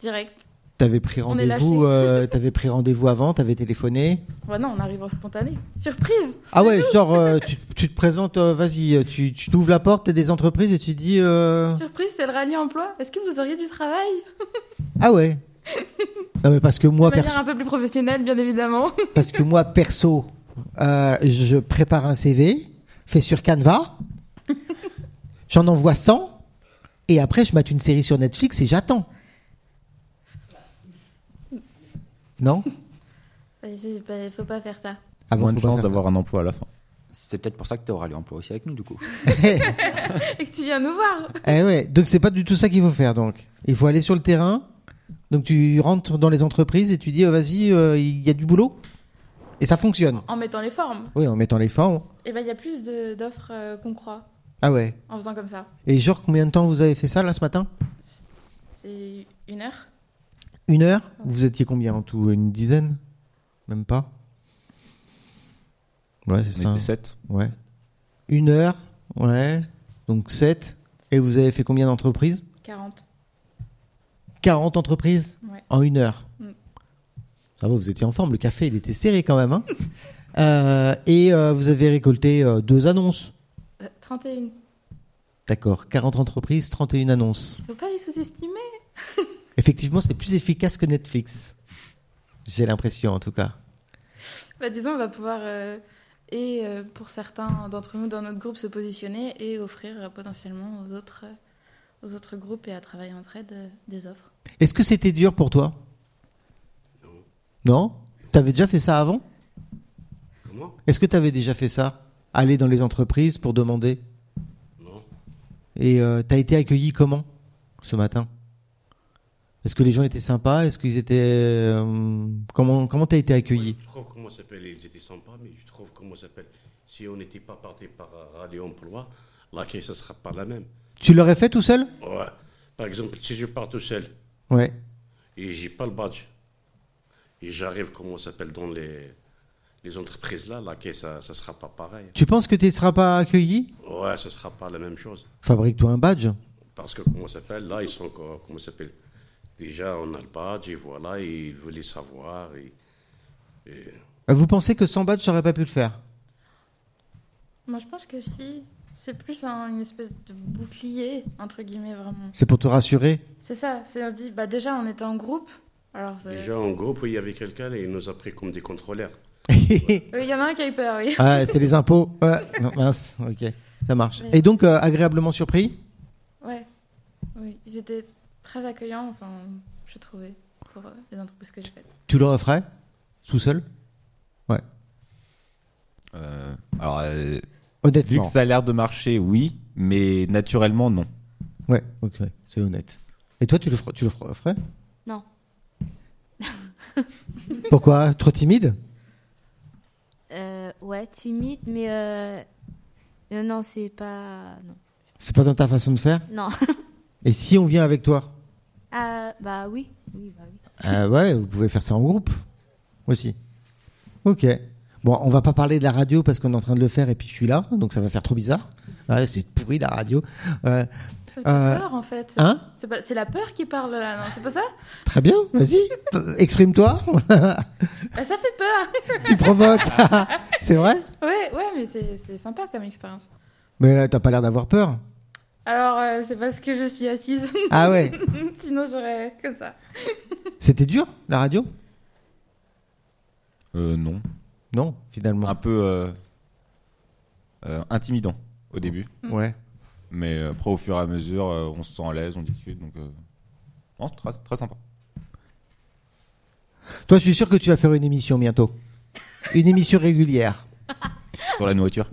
[SPEAKER 2] direct.
[SPEAKER 3] T'avais pris
[SPEAKER 2] On est
[SPEAKER 3] rendez-vous,
[SPEAKER 2] lâchés.
[SPEAKER 3] euh, t'avais pris rendez-vous avant, t'avais téléphoné.
[SPEAKER 2] Bah non, on arrive en spontané. Surprise
[SPEAKER 3] Ah ouais, genre euh, tu, tu te présentes, euh, vas-y, euh, tu, tu t'ouvres la porte t'as des entreprises et tu dis. euh,
[SPEAKER 2] Surprise, c'est le rallye emploi. Est-ce que vous auriez du travail
[SPEAKER 3] Ah ouais. Non mais parce que moi,
[SPEAKER 2] De manière
[SPEAKER 3] perso,
[SPEAKER 2] un peu plus professionnelle, bien
[SPEAKER 3] *laughs*
[SPEAKER 2] évidemment.
[SPEAKER 3] parce que moi perso, euh, je prépare un CV, fait sur Canva, j'en envoie 100 et après je mate une série sur Netflix et j'attends. Non
[SPEAKER 2] Bah, Il faut pas faire ça.
[SPEAKER 3] Ah
[SPEAKER 8] Moins
[SPEAKER 3] faut
[SPEAKER 8] de
[SPEAKER 3] pas
[SPEAKER 8] chance
[SPEAKER 3] faire ça.
[SPEAKER 8] d'avoir un emploi à la fin.
[SPEAKER 1] C'est peut-être pour ça que tu auras l'emploi aussi avec nous, du coup.
[SPEAKER 2] Et que tu viens nous voir.
[SPEAKER 3] *laughs* Eh ouais, donc c'est pas du tout ça qu'il faut faire. Donc il faut aller sur le terrain. Donc tu rentres dans les entreprises et tu dis oh, vas-y, euh, il y a du boulot et ça fonctionne.
[SPEAKER 2] En mettant les formes.
[SPEAKER 3] Oui, en mettant les formes.
[SPEAKER 2] Et ben il y a plus de- d'offres euh, qu'on croit
[SPEAKER 3] Ah ouais.
[SPEAKER 2] en faisant comme ça.
[SPEAKER 3] Et genre combien de temps vous avez fait ça là ce matin
[SPEAKER 2] C'est une heure
[SPEAKER 3] Une heure Vous étiez combien en tout Une dizaine Même pas Ouais, c'est
[SPEAKER 8] On
[SPEAKER 3] ça. hein.
[SPEAKER 8] était 7.
[SPEAKER 3] Ouais. Une heure Ouais. Donc 7. Et vous avez fait combien d'entreprises
[SPEAKER 2] 40.
[SPEAKER 3] 40 entreprises
[SPEAKER 2] Ouais.
[SPEAKER 3] en une heure.
[SPEAKER 2] Mm.
[SPEAKER 3] Ça va, vous étiez en forme. Le café, il était serré quand
[SPEAKER 2] *laughs*
[SPEAKER 3] même. hein. Euh, et euh, vous avez récolté euh, deux annonces.
[SPEAKER 2] Euh, 31.
[SPEAKER 3] D'accord. 40 entreprises, 31 annonces.
[SPEAKER 2] Faut pas les sous-estimer.
[SPEAKER 3] Effectivement, c'est plus efficace que Netflix. J'ai l'impression, en tout cas.
[SPEAKER 2] Bah, disons, on va pouvoir, euh, et euh, pour certains d'entre nous dans notre groupe, se positionner et offrir euh, potentiellement aux autres, euh, aux autres groupes et à travailler entre elles euh, des offres.
[SPEAKER 3] Est-ce que c'était dur pour toi Non. T'avais déjà fait ça avant
[SPEAKER 5] Comment
[SPEAKER 3] Est-ce que t'avais déjà fait ça Aller dans les entreprises pour demander
[SPEAKER 5] Non.
[SPEAKER 3] Et euh, t'as été accueilli comment ce matin Est-ce que les gens étaient sympas Est-ce qu'ils étaient euh, comment comment t'as été
[SPEAKER 5] Moi,
[SPEAKER 3] accueilli
[SPEAKER 5] Je trouve comment ça s'appelle, ils étaient sympas, mais je trouve comment ça s'appelle. Si on n'était pas parti par euh, Rallye Emploi, l'accueil, ça ne sera pas la même.
[SPEAKER 3] Tu l'aurais fait tout seul
[SPEAKER 5] Ouais. Par exemple, si je pars tout seul
[SPEAKER 3] Ouais.
[SPEAKER 5] et j'ai pas le badge, et j'arrive, comment ça s'appelle, dans les, les entreprises là, l'accueil, ça ne sera pas pareil.
[SPEAKER 3] Tu penses que tu ne seras pas accueilli
[SPEAKER 5] Ouais, ça ne sera pas la même chose.
[SPEAKER 3] Fabrique-toi un badge.
[SPEAKER 5] Parce que, comment ça s'appelle, là, ils sont, co- comment ça s'appelle, déjà, on a le badge, et voilà, et ils veulent les savoir, et- et
[SPEAKER 3] Euh, Vous pensez que sans badge, j'aurais pas pu le faire
[SPEAKER 2] Moi, je pense que si. C'est plus un- une espèce de bouclier, entre guillemets, vraiment.
[SPEAKER 3] C'est pour te rassurer. *laughs*
[SPEAKER 2] C'est ça, c'est on dit, bah déjà on était en groupe. Alors, euh, c'est-
[SPEAKER 5] Déjà en groupe, il y avait quelqu'un et il nous a pris comme des contrôleurs.
[SPEAKER 2] Oui, il y en a un qui a eu peur, *laughs* oui.
[SPEAKER 3] Ah, c'est les impôts. Ouais. Non, mince, ok, ça marche.
[SPEAKER 2] Ouais.
[SPEAKER 3] Et donc, euh, agréablement surpris
[SPEAKER 2] Ouais. Oui, ils étaient très accueillants. Enfin, je trouvais, pour euh, les entreprises que j'ai faites.
[SPEAKER 3] Tu le referais Sous seul
[SPEAKER 8] Euh, alors, euh, vu
[SPEAKER 3] Honnêtement.
[SPEAKER 8] que ça a l'air de marcher, oui, mais naturellement, non.
[SPEAKER 3] Ouais, ok, c'est honnête. Et toi, tu le, ferais- tu le ferais
[SPEAKER 6] Non.
[SPEAKER 3] *laughs* Pourquoi Trop timide
[SPEAKER 6] Euh, ouais, timide, mais euh, euh, non, c'est pas. Non.
[SPEAKER 3] C'est pas dans ta façon de faire
[SPEAKER 6] Non. *laughs*
[SPEAKER 3] Et si on vient avec toi
[SPEAKER 6] Ah, bah oui. Oui, bah oui.
[SPEAKER 3] Euh, Ouais, vous pouvez faire ça en groupe aussi. Ok. Bon, on va pas parler de la radio parce qu'on est en train de le faire et puis je suis là, donc ça va faire trop bizarre. Ouais, c'est pourri la radio. Euh,
[SPEAKER 2] C'est
[SPEAKER 3] Euh,
[SPEAKER 2] la peur en fait.
[SPEAKER 3] hein
[SPEAKER 2] C'est pas- c'est la peur qui parle là, non C'est pas ça
[SPEAKER 3] Très bien, vas-y, *laughs* p- exprime-toi. *laughs*
[SPEAKER 2] Bah, Ça fait peur
[SPEAKER 3] tu provoques. *laughs* c'est vrai
[SPEAKER 2] Ouais, ouais, mais c'est c'est sympa comme expérience.
[SPEAKER 3] Mais là, t'as pas l'air d'avoir peur.
[SPEAKER 2] Alors, euh, c'est parce que je suis assise. *laughs*
[SPEAKER 3] Ah ouais,
[SPEAKER 2] Sinon, j'aurais comme ça.
[SPEAKER 3] c'était dur la radio
[SPEAKER 8] Euh, non.
[SPEAKER 3] Non, finalement.
[SPEAKER 8] Un peu euh, euh, intimidant au début,
[SPEAKER 3] Ouais.
[SPEAKER 8] mais après, au fur et à mesure, euh, on se sent à l'aise, on discute, donc. euh, non, c'est très, très sympa.
[SPEAKER 3] Toi, je suis sûr que tu vas faire une émission bientôt. Une émission régulière
[SPEAKER 8] Sur la nourriture.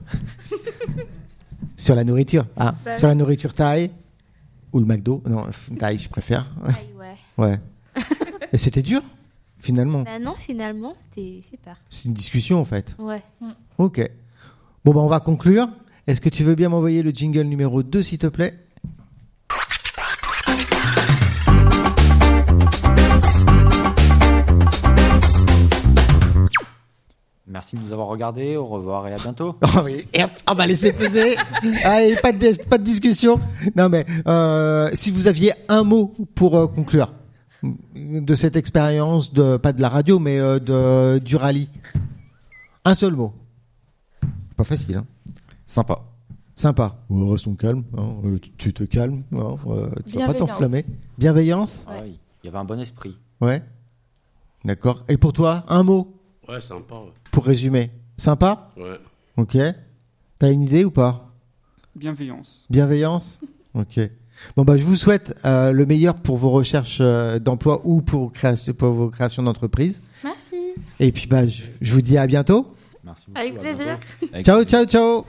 [SPEAKER 3] sur la nourriture. Ah,
[SPEAKER 2] Bah
[SPEAKER 3] sur la nourriture thaï ou le McDo. Non, thaï, je préfère.
[SPEAKER 6] Aïe, Ah, ouais.
[SPEAKER 3] Ouais. Et c'était dur, finalement.
[SPEAKER 6] Bah non, finalement, c'était super.
[SPEAKER 3] C'est une discussion, en fait.
[SPEAKER 6] Ouais.
[SPEAKER 3] Ok. Bon, bah, on va conclure. Est-ce que tu veux bien m'envoyer le jingle numéro 2, s'il te plaît
[SPEAKER 1] Merci de nous avoir regardés. Au revoir et à bientôt.
[SPEAKER 3] Ah oui, et hop, on va laisser peser. *laughs* Allez, pas de, dis- pas de discussion. Non, mais euh, si vous aviez un mot pour euh, conclure mm, de cette expérience, de pas de la radio, mais euh, de, du rallye. Un seul mot. Pas facile, hein.
[SPEAKER 8] Sympa.
[SPEAKER 3] Sympa. restons calmes. hein. Euh, tu te calmes. hein. Euh, tu vas pas
[SPEAKER 2] Bienveillance.
[SPEAKER 3] t'enflammer. Bienveillance.
[SPEAKER 1] Ah oui, Il y avait un bon esprit.
[SPEAKER 3] Ouais. D'accord. Et pour toi, un mot
[SPEAKER 5] Ouais, sympa. ouais.
[SPEAKER 3] pour résumer. Sympa
[SPEAKER 5] Ouais.
[SPEAKER 3] Ok. T'as une idée ou pas
[SPEAKER 7] Bienveillance.
[SPEAKER 3] Bienveillance Ok. Bon, bah, je vous souhaite euh, le meilleur pour vos recherches euh, d'emploi ou pour, création, pour vos créations d'entreprise.
[SPEAKER 2] Merci.
[SPEAKER 3] Et puis, bah, je, je vous dis à bientôt.
[SPEAKER 1] Merci beaucoup.
[SPEAKER 2] Avec
[SPEAKER 1] à
[SPEAKER 2] plaisir.
[SPEAKER 1] bientôt.
[SPEAKER 8] Avec
[SPEAKER 3] Ciao, ciao, ciao